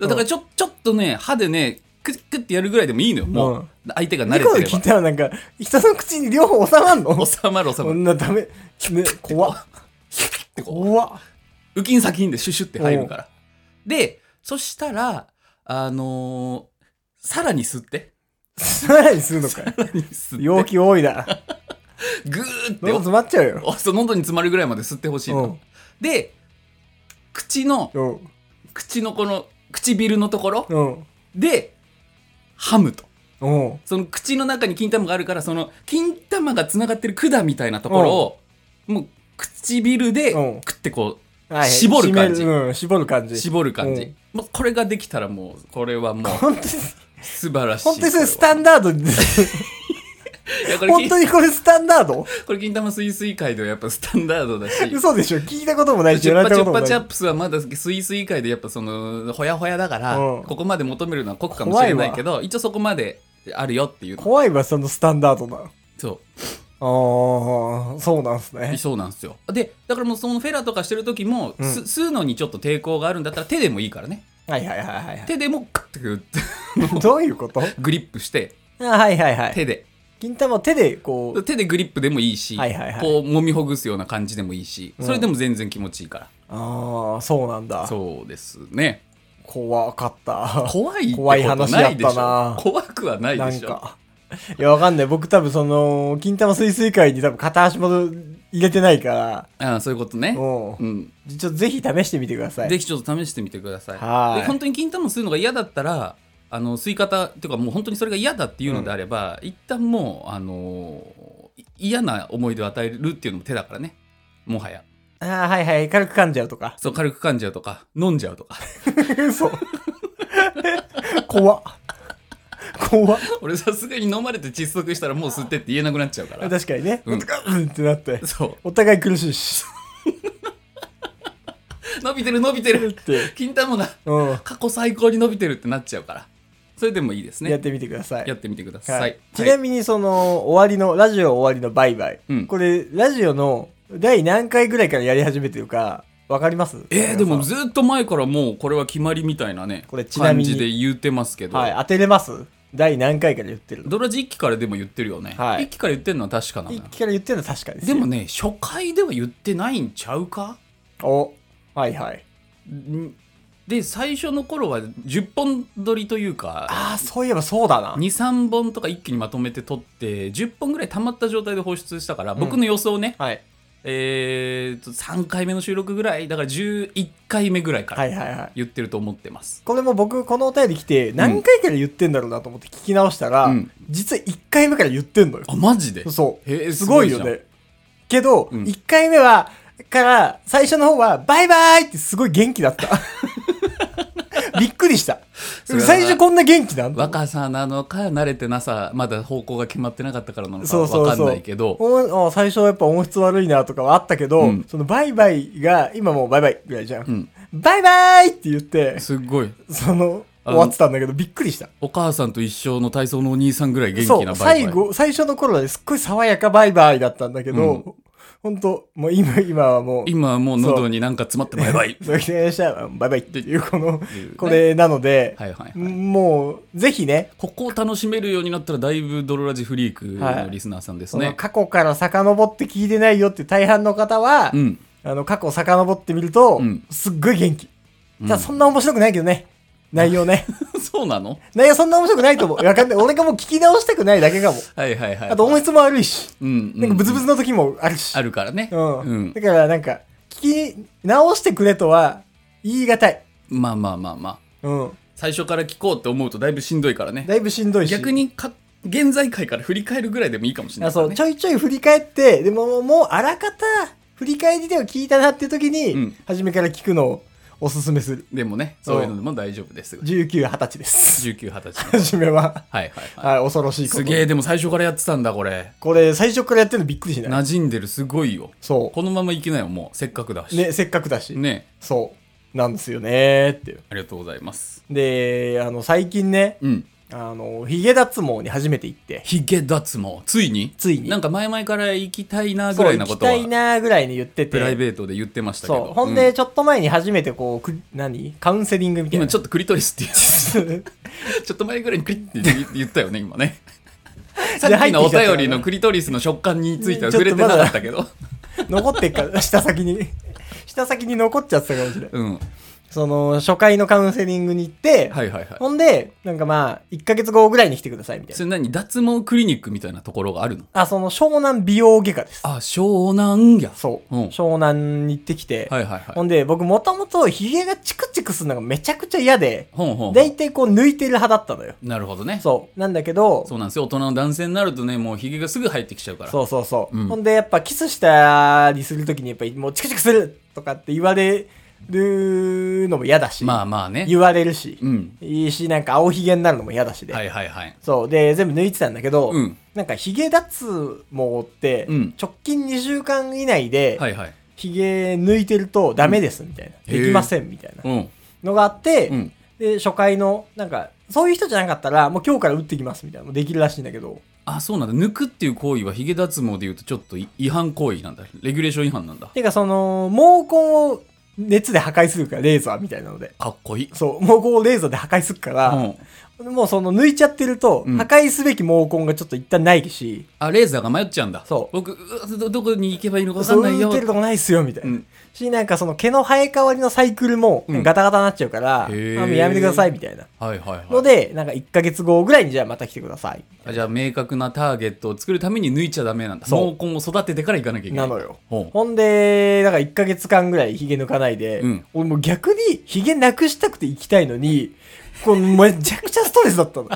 S1: らだからちょちょっとね歯でねクックッてやるぐらいでもいいのよもう、
S2: うん
S1: 相手が慣れ
S2: 二個
S1: て
S2: で
S1: れ
S2: 聞いたらなんか、人の口に両方収まん
S1: ば
S2: の
S1: 収まる収ま
S2: こ
S1: る
S2: んなダメ。
S1: <laughs>
S2: ね、怖っ。
S1: ってこ
S2: 怖っ。
S1: う浮きん先んでシュシュって入るからでそしたらあのーさらに吸って。
S2: さらにするのかよ。
S1: さらに吸って。
S2: 容器多いな。
S1: ぐーって
S2: 喉詰まっちゃうよ。
S1: おそう喉に詰まるぐらいまで吸ってほしいの。
S2: うん
S1: で口の、
S2: うん。
S1: 口のこの唇のところ
S2: うん。
S1: で、ハムと。
S2: うん。
S1: その口の中に金玉があるから、その金玉が繋がってる管みたいなところを、もう唇で
S2: うん
S1: 食ってこ
S2: はいはい
S1: 絞る感じ
S2: 締めうん、絞る感
S1: う、
S2: じ。
S1: 絞る感
S2: う
S1: じ
S2: ん。
S1: もうこれができたらもう、これはもう
S2: 本当に、
S1: 素晴らしい。
S2: 本当にそれス
S1: こ
S2: タンダードに、
S1: れはいやこれ
S2: 本当にこれスタンダード
S1: これ金玉スイスイ界ではやっぱスタンダードだし。
S2: 嘘でしょ聞いたこともないし、
S1: チュ
S2: やら
S1: ッ
S2: れ
S1: パチ
S2: たこ
S1: ュ
S2: と
S1: ッ
S2: も
S1: パ
S2: な
S1: チャ
S2: い
S1: ッ。プスはまだスイスイ界でやっぱそのほやほやだから、
S2: うん
S1: ここまで求めるのは酷かもしれないけど一応そこまであるよっていう
S2: 怖いわ、そのスタンダードな。
S1: そ
S2: ああ、そうなんす
S1: う
S2: ね。
S1: そうなんですよでだからもうそのフェラとかしてる時も、
S2: うん
S1: す吸うのにちょっと抵抗があるんだったら手でもいいからね
S2: はいはいはいはい
S1: 手でもクッてグッて <laughs>
S2: はい。どういうことあ
S1: グリップして
S2: はいはいはい。
S1: 手で
S2: 金玉を手でこう、
S1: 手でグリップでもいいし、
S2: はいはいはい
S1: こう揉みほぐすような感じでもいいしそれでも全然気持ちいいから、
S2: ああ、そうなんだ。
S1: そうですね
S2: 怖かった。
S1: 怖いってこ
S2: 怖い
S1: と
S2: 話
S1: な
S2: や
S1: い
S2: っ
S1: でしたょ
S2: な
S1: 怖くはない
S2: な
S1: で
S2: ん
S1: しょ
S2: か。いや、わかんない。僕多分その、金玉水水会に多分片足も入れてないから、
S1: ああそういうことね
S2: うん
S1: う。ん、
S2: ちょっとぜひ試してみてください。
S1: ぜひちょっと試してみてください。
S2: はーい
S1: で本当に金玉吸うのが嫌だったら、あの吸い方っていうかもう本当にそれが嫌だっていうのであれば、一旦もうあのーい嫌な思い出を与えるっていうのも手だからね。もはや、
S2: ああ、はいはい。軽く噛んじゃうとか。
S1: そう軽く噛んじゃうとか、飲んじゃう <laughs> とか。
S2: <laughs> 嘘。怖っ。怖っ。
S1: 俺さすがに飲まれて窒息したらもう吸ってって言えなくなっちゃうから。
S2: 確かにね。
S1: う
S2: うんん、ってなって。
S1: そ
S2: お互い苦しいし。
S1: う伸びてる伸びてる。
S2: って。
S1: 金玉が
S2: うん。
S1: 過去最高に伸びてるってなっちゃうから。それでもいいですね。や
S2: やっ
S1: って
S2: みてください。
S1: てみてください。
S2: は
S1: はいい、
S2: ちなみにその終わりのラジオ終わりのバイバイ、
S1: うん
S2: これラジオの第何回ぐらいからやり始めてるかわかります
S1: えー、でもずっと前からもうこれは決まりみたいなね
S2: これちな
S1: 感
S2: みに
S1: じで言ってますけど、
S2: はい当てれます第何回から言ってるの
S1: ドラジ1期からでも言ってるよね、
S2: はい
S1: 一1期から言ってるのは確かなの
S2: 一
S1: よ
S2: 期から言ってるのは確かです
S1: で
S2: よ
S1: もね初回では言ってないんちゃうか
S2: おはいはい
S1: んで最初の頃は10本撮りというか
S2: ああそういえばそうだな
S1: 23本とか一気にまとめて撮って10本ぐらい溜まった状態で放出したから僕の予想ね、
S2: はい
S1: えー、と3回目の収録ぐらいだから11回目ぐらいか
S2: は
S1: ら
S2: いはいはい
S1: 言ってると思ってます、
S2: これも僕このお便り来て何回から言ってんだろうなと思って聞き直したら、
S1: うん
S2: 実は1回目から言っ
S1: <laughs>
S2: てんのよ
S1: あマジで
S2: そう
S1: へえ
S2: すごいよ
S1: すごい
S2: ね。けど、
S1: うん
S2: 1回目は、から、最初の方は、バイバイってすごい元気だった。 <laughs> びっくりした。
S1: それは
S2: 最初こんな元気なんだ。
S1: 若さなのか慣れてなさまだ方向が決まってなかったからなのか
S2: そう
S1: わ
S2: そう
S1: かん
S2: そう。
S1: ないけど
S2: おあ最初はやっぱ音質悪いなとかはあったけど、
S1: うん
S2: そのバイバイが、今もうバイバイぐらいじゃん。
S1: うん
S2: バイバイって言って、
S1: すっごい
S2: その、
S1: あ
S2: 終わってたんだけど、びっくりした。
S1: お母さんと一緒の体操のお兄さんぐらい元
S2: そ
S1: 気な
S2: う、
S1: バイ
S2: 最
S1: バイ
S2: 後、最初の頃はねすっごい爽やかバイバイだったんだけど、
S1: う
S2: ほんと、もう今、今はもう、
S1: 今はもう喉になんか詰まってバイバイ
S2: そういう話はバイバイっていうこ
S1: い
S2: の
S1: うね
S2: これなの
S1: <laughs>
S2: で、
S1: はいはいはい
S2: もうぜひね
S1: ここを楽しめるようになったらだいぶドロラジフリークのリスナーさんです
S2: その
S1: ね、
S2: 過去から遡って聞いてないよって大半の方は、
S1: うん <laughs>
S2: あの過去を遡ってみると、
S1: うん
S2: すっごい元気
S1: うん
S2: ただそんな面白くないけどね内容ね <laughs>
S1: そうなの
S2: 内容そんな面白くないと思うわかんない俺がもう聞き直したくないだけかも
S1: はいはいはい
S2: あと音質も悪いし、
S1: うん
S2: なんかブツブツの時もあるし、
S1: あるからね
S2: うん
S1: うん
S2: だからなんか聞き直してくれとは言い難い、
S1: まあまあまあまあ
S2: うん、
S1: 最初から聞こうって思うとだいぶしんどいからね
S2: だいぶしんどいし
S1: 逆にか現在回から振り返るぐらいでもいいかもしれな
S2: あ
S1: いか
S2: そ
S1: ら
S2: う
S1: ね
S2: ちょいちょい振り返ってでももうあらかた振り返りでは聞いたなっていう時に、
S1: うん
S2: 初めから聞くのをおすすめする
S1: でもね、そういうのでも大丈夫ですが。
S2: 1920歳です
S1: 19、20歳。
S2: 初めは、
S1: <laughs> はいはいはい。
S2: はい、恐ろしいこと
S1: すげえ、でも最初からやってたんだ、これ。
S2: これ最初からやってるのびっくりしない
S1: 馴染んでる、すごいよ。
S2: そ
S1: このままいけないよ、もう。せっかくだ
S2: う、
S1: し。ね。
S2: ね、せっかくだし、そうなんですよねーっていう
S1: ありがとうございます。
S2: であの最近ね
S1: うん。
S2: あのヒゲ脱毛に初めて行って
S1: ヒゲ脱毛。ついに
S2: ついに
S1: なんか前々から行きたいな、ぐ
S2: そ
S1: ら
S2: う
S1: い
S2: 行
S1: なこ
S2: き
S1: と
S2: たい
S1: は。
S2: なーぐらいに言って
S1: プライ
S2: て
S1: ベートで言ってましたけど。
S2: そうほん
S1: う
S2: で、ちょっと前に初めてこうく何カウンセリングみたいな
S1: 今ちょっとクリトリスって言って、
S2: <laughs>
S1: <laughs> ちょっと前ぐらいにクリって言言ったよね、今ね。 <laughs> さっきのお便りのクリトリスの食感については触れてなかったけど。
S2: <laughs> 残ってっから、下先に。下先に残っちゃってたかもしれない。
S1: うん。
S2: その、初回のカウンセリングに行って、
S1: はいはいはい
S2: ほんで、なんかまあ、1ヶ月後ぐらいに来てくださいみたい
S1: そ
S2: な。
S1: れ何脱毛クリニックみたいなところがあるの
S2: あ、その、湘南美容外科です。
S1: あ湘南や
S2: そう、
S1: うん
S2: 湘南に行ってきて、
S1: はいはいは
S2: ほ
S1: い
S2: んで、僕もともとヒゲがチクチクするのがめちゃくちゃ嫌で、
S1: ほんほん
S2: 大体こう抜いてる派だったのよ。
S1: なるほどねそ
S2: そう。なんだけど
S1: う、なんですよ大人の男性になるとねもうひげがすぐ生えてきちゃうから
S2: そうそうそう。
S1: うん
S2: ほんで、やっぱキスしたりするときに、やっぱりもうチクチクするとかって言われるのも嫌だし、
S1: まあまあね
S2: 言われるし、
S1: うん
S2: いいし、なんか青ひげになるのも嫌だしで。
S1: はいはいはい
S2: そう。で、全部抜いてたんだけど、
S1: うん
S2: なんかヒゲ脱毛って、
S1: うん
S2: 直近2週間以内で、
S1: はいはい
S2: ヒゲ抜いてるとダメですみたいな。
S1: うん
S2: できませんみたいな
S1: うん
S2: のがあって、
S1: うん
S2: で、初回の、なんか、そういう人じゃなかったら、もう今日から打ってきますみたいなのもできるらしいんだけど、
S1: あそうなんだ抜くっていう行為はひげ脱毛でいうとちょっと違反行為なんだレギュレーション違反なんだ
S2: てかその、毛根を熱で破壊するから、レーザーみたいなので。
S1: かっこいい
S2: そう、毛根をレーザーで破壊するから、
S1: うん
S2: もうその抜いちゃってると、
S1: うん
S2: 破壊すべき毛根がちょっと一旦ないし、
S1: あレーザーが迷っちゃうんだ
S2: そう
S1: 僕うわどどこに行けばいいのか分か
S2: そ
S1: ん
S2: う
S1: ない
S2: 抜
S1: よ
S2: いてるとこないっすよ、みたいうな。
S1: ん
S2: し、なんかその毛の生え変わりのサイクルも
S1: うん
S2: ガタガタになっちゃうから、
S1: へー
S2: あもうやめてください、みたいな。
S1: はいはいはい
S2: ので、なんか1ヶ月後ぐらいにじゃあまた来てください。
S1: あじゃあ明確なターゲットを作るために抜いちゃダメなんだ
S2: そ
S1: 毛
S2: う
S1: 根を育ててから行かなきゃいけな
S2: ないのよ。
S1: ほう
S2: ほんで、だから1ヶ月間ぐらいヒゲ抜かないで、
S1: うん
S2: 俺もう逆にヒゲなくしたくて行きたいのに、このめちゃくちゃストレスだ
S1: <laughs>
S2: ったの。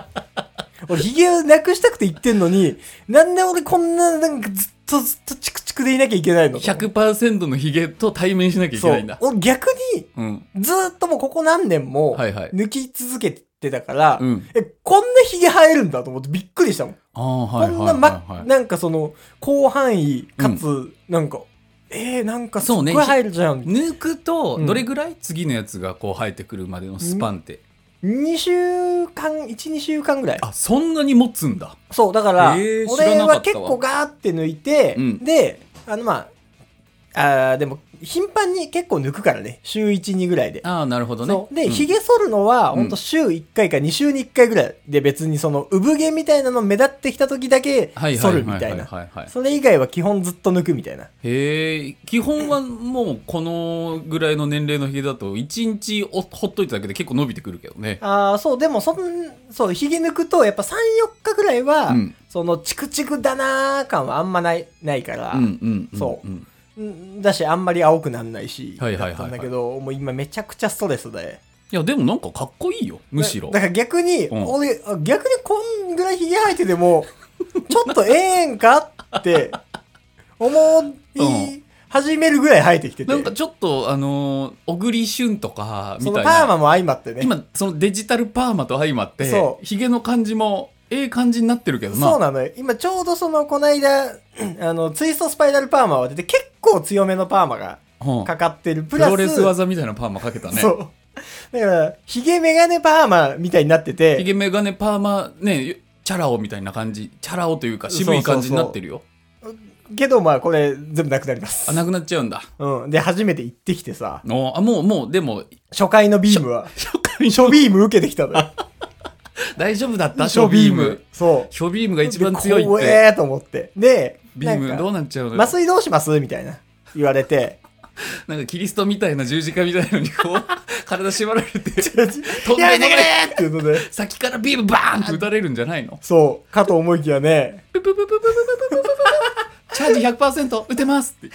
S2: 俺ヒゲなくしたくて行ってんのに、なんで俺こんななんかずっとずっとチクチクでいなきゃいけないの
S1: 100%のヒゲと対面しなきゃいけ
S2: そ
S1: ないん
S2: う
S1: だ。
S2: 俺逆に
S1: うん
S2: ずっともうここ何年も
S1: はいはい
S2: 抜き続けてたから、
S1: うん
S2: え、こんなヒゲ生えるんだと思ってびっくりしたもん。
S1: ああは
S2: こ
S1: いはい
S2: ん
S1: は
S2: ないま、
S1: はい
S2: なんかその、広範囲、かつ、なんか、えー、なんかすっごい
S1: そうね
S2: 生えるじゃん。
S1: 抜くと
S2: うん
S1: どれぐらい次のやつがこう生えてくるまでのスパンって
S2: 2週間12週間ぐらい
S1: あそんなに持つんだ
S2: そうだから、
S1: えー知ら
S2: 俺
S1: なかったわ
S2: は結構ガーって抜いて、
S1: うん
S2: であのまああーでも頻繁に結構抜くからね週12ぐらいで
S1: ああなるほどね
S2: そうで、
S1: うん
S2: ひげ剃るのは、
S1: うん
S2: ほんと週1回か2週に1回ぐらいで別にその産毛みたいなの目立ってきた時だけ
S1: はいは
S2: 剃
S1: い
S2: る
S1: は
S2: み
S1: い
S2: たい
S1: は
S2: ない
S1: はいはい
S2: それ以外は基本ずっと抜くみたいな
S1: へえ基本はもうこのぐらいの年齢のヒゲだと1日おほっといただけで結構伸びてくるけどね
S2: ああそうでもそんそうひげ抜くとやっぱ34日ぐらいは、
S1: うん
S2: そのチクチクだなー感はあんまないないから、
S1: うんうんうん
S2: そうんんだしあんまり青くなんないし、
S1: はいはいはいはい
S2: だったんだけどもう今めちゃくちゃストレスで
S1: いやでもなんかかっこいいよむしろ
S2: だだから逆に、
S1: うん
S2: 俺あ逆にこんぐらいひげ生えて
S1: <laughs>
S2: てもちょっとええんかって思い始めるぐらい生えてきてて、
S1: なんかちょっとあのー小栗旬とかみ
S2: その
S1: たい
S2: パー
S1: な
S2: マも相まってね
S1: 今そのデジタルパーマと相まって
S2: そう
S1: ひげの感じもええ感じになってるけどな
S2: そうなのよ今ちょうどそのこの間 <clears throat> あのツイストスパイラルパーマを当てて結構強めのパーマが
S1: うん
S2: かかってるプ
S1: プ
S2: ラス
S1: ロレス技みたいなパーマかけたね
S2: そうだからひげメガネパーマみたいになってて
S1: ひげメガネパーマねチャラ男みたいな感じチャラ男というか渋い感じになってるよ
S2: けどまあこれ全部なくなります。
S1: あなくなっちゃうんだ
S2: うん。で、初めて行ってきてさ、
S1: おあもうもうでも
S2: 初回のビームは、
S1: 初 <laughs> 回
S2: 初ビーム受けてきたのよ。
S1: 大丈夫だった
S2: 初
S1: 初ビーム。
S2: そう。
S1: 初ビームが一番強いっ
S2: で
S1: て
S2: 怖えーと思って。で、
S1: ビー
S2: な
S1: ム
S2: んか
S1: どうなっちゃうのよ
S2: 麻酔どうしますみたいな。言われて。
S1: なんかキリストみたいな十字架みたいのにこう <laughs> 体縛られて
S2: や
S1: <laughs> 飛んで
S2: めてくれーっていうので。
S1: 先からビームバーンって打たれるんじゃないの
S2: そう。かと思いきやね、
S1: ププププププププププチャージ100%打てますっ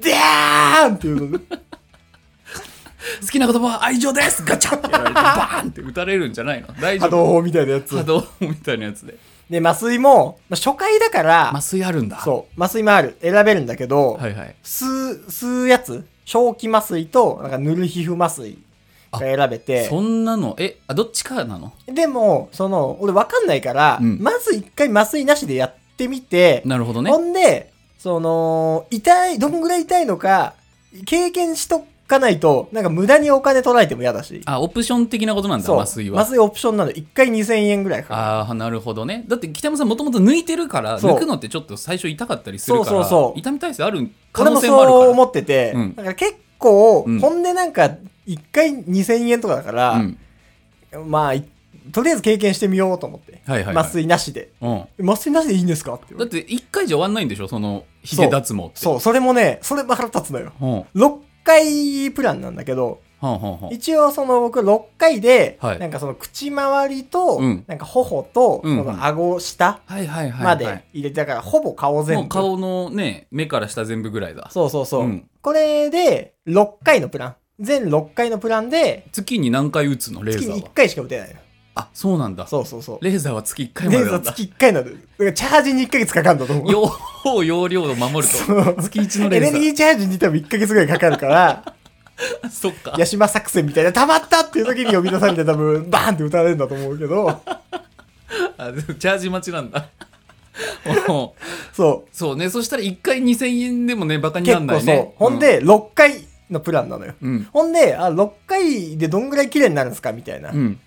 S1: て
S2: でーんってい
S1: <laughs>
S2: うので。
S1: 好きな言葉は愛情ですガチャってやられてバーンって打たれるんじゃないの大丈
S2: 波
S1: 夫
S2: 動砲みたいなやつ
S1: 波。動みたいなやつで
S2: で、麻酔も、まあ初回だから、
S1: 麻酔あるんだ
S2: そう。麻酔もある。選べるんだけど、
S1: はいはい
S2: 吸う、吸うやつ正気麻酔と、なんか塗る皮膚麻酔が選べて。
S1: そんなのえあどっちかなの
S2: でも、その、俺わかんないから、
S1: うん
S2: まず一回麻酔なしでやってみて、
S1: なるほどね
S2: ほんで、その、痛い、どんぐらい痛いのか、経験しとかないと、なんか無駄にお金取られても嫌だし。
S1: あオプション的なことなんだ
S2: そう
S1: 麻酔は
S2: 麻酔オプションなの。一回2000円ぐらいかかる。
S1: ああなるほどねだって北山さんもともと抜いてるから
S2: そう
S1: 抜くのってちょっと最初痛かったりするから
S2: そうそうそう
S1: 痛み体制ある可
S2: 俺
S1: 能
S2: も
S1: 性もあるから
S2: そう思ってて、
S1: うん
S2: だから結構、
S1: うん
S2: ほんでなんか、一回2000円とかだから、
S1: うん、
S2: まあ、いとりあえず経験してみようと思って。
S1: はいはいはい
S2: 麻酔なしで。
S1: うん
S2: 麻酔なしでいいんですかって言わ
S1: だっ
S2: れて。
S1: て1回じゃ終わんないんでしょそのひげ脱毛って
S2: そう、それもね、それも腹立つのよ。
S1: うん
S2: 6回プランなんだけど、
S1: ははんはんはん
S2: 一応その僕6回で、
S1: はい
S2: なんかその口周りと、
S1: うん
S2: なんか頬と、
S1: うんうん
S2: この顎下
S1: はいはいはいはい
S2: まで入れて、だからほぼ顔全
S1: も
S2: 部。
S1: う顔のね目から下全部ぐらいだ
S2: そうそうそう。
S1: うん
S2: これで6回のプラン。全6回のプランで、
S1: 月に何回打つのレー
S2: 月
S1: ザ
S2: に
S1: ーは
S2: 1回しか打てないの。
S1: あそうなんだ
S2: そうそうそう。
S1: レーザーは月1回まで
S2: レー
S1: な
S2: ザー
S1: んだ
S2: 月1回なの。だからチャージに1ヶ月かかるんだと思う。
S1: 用法容量を守る
S2: そ
S1: と
S2: う
S1: 月1のレ
S2: エ
S1: ー
S2: ネ
S1: ザー
S2: ルギーチャージに多分1ヶ月ぐらいかかるから、
S1: <laughs> そっ
S2: <laughs>
S1: か
S2: ヤシマ作戦みたいな、溜まったっていう時に呼び出されて多分、バーンって打たれるんだと思う
S1: <laughs>
S2: けど、
S1: あでもチャージ待ちなんだ <laughs> おう
S2: そう。
S1: そうねそしたら1回2000円でもねバカにな
S2: 結
S1: んな
S2: 構
S1: い
S2: そ
S1: ね
S2: う。ほん、で、6回のプランなのよ。
S1: うん
S2: ほんで、あ、6回でどんぐらい綺麗になるんですかみたいな
S1: う。ん、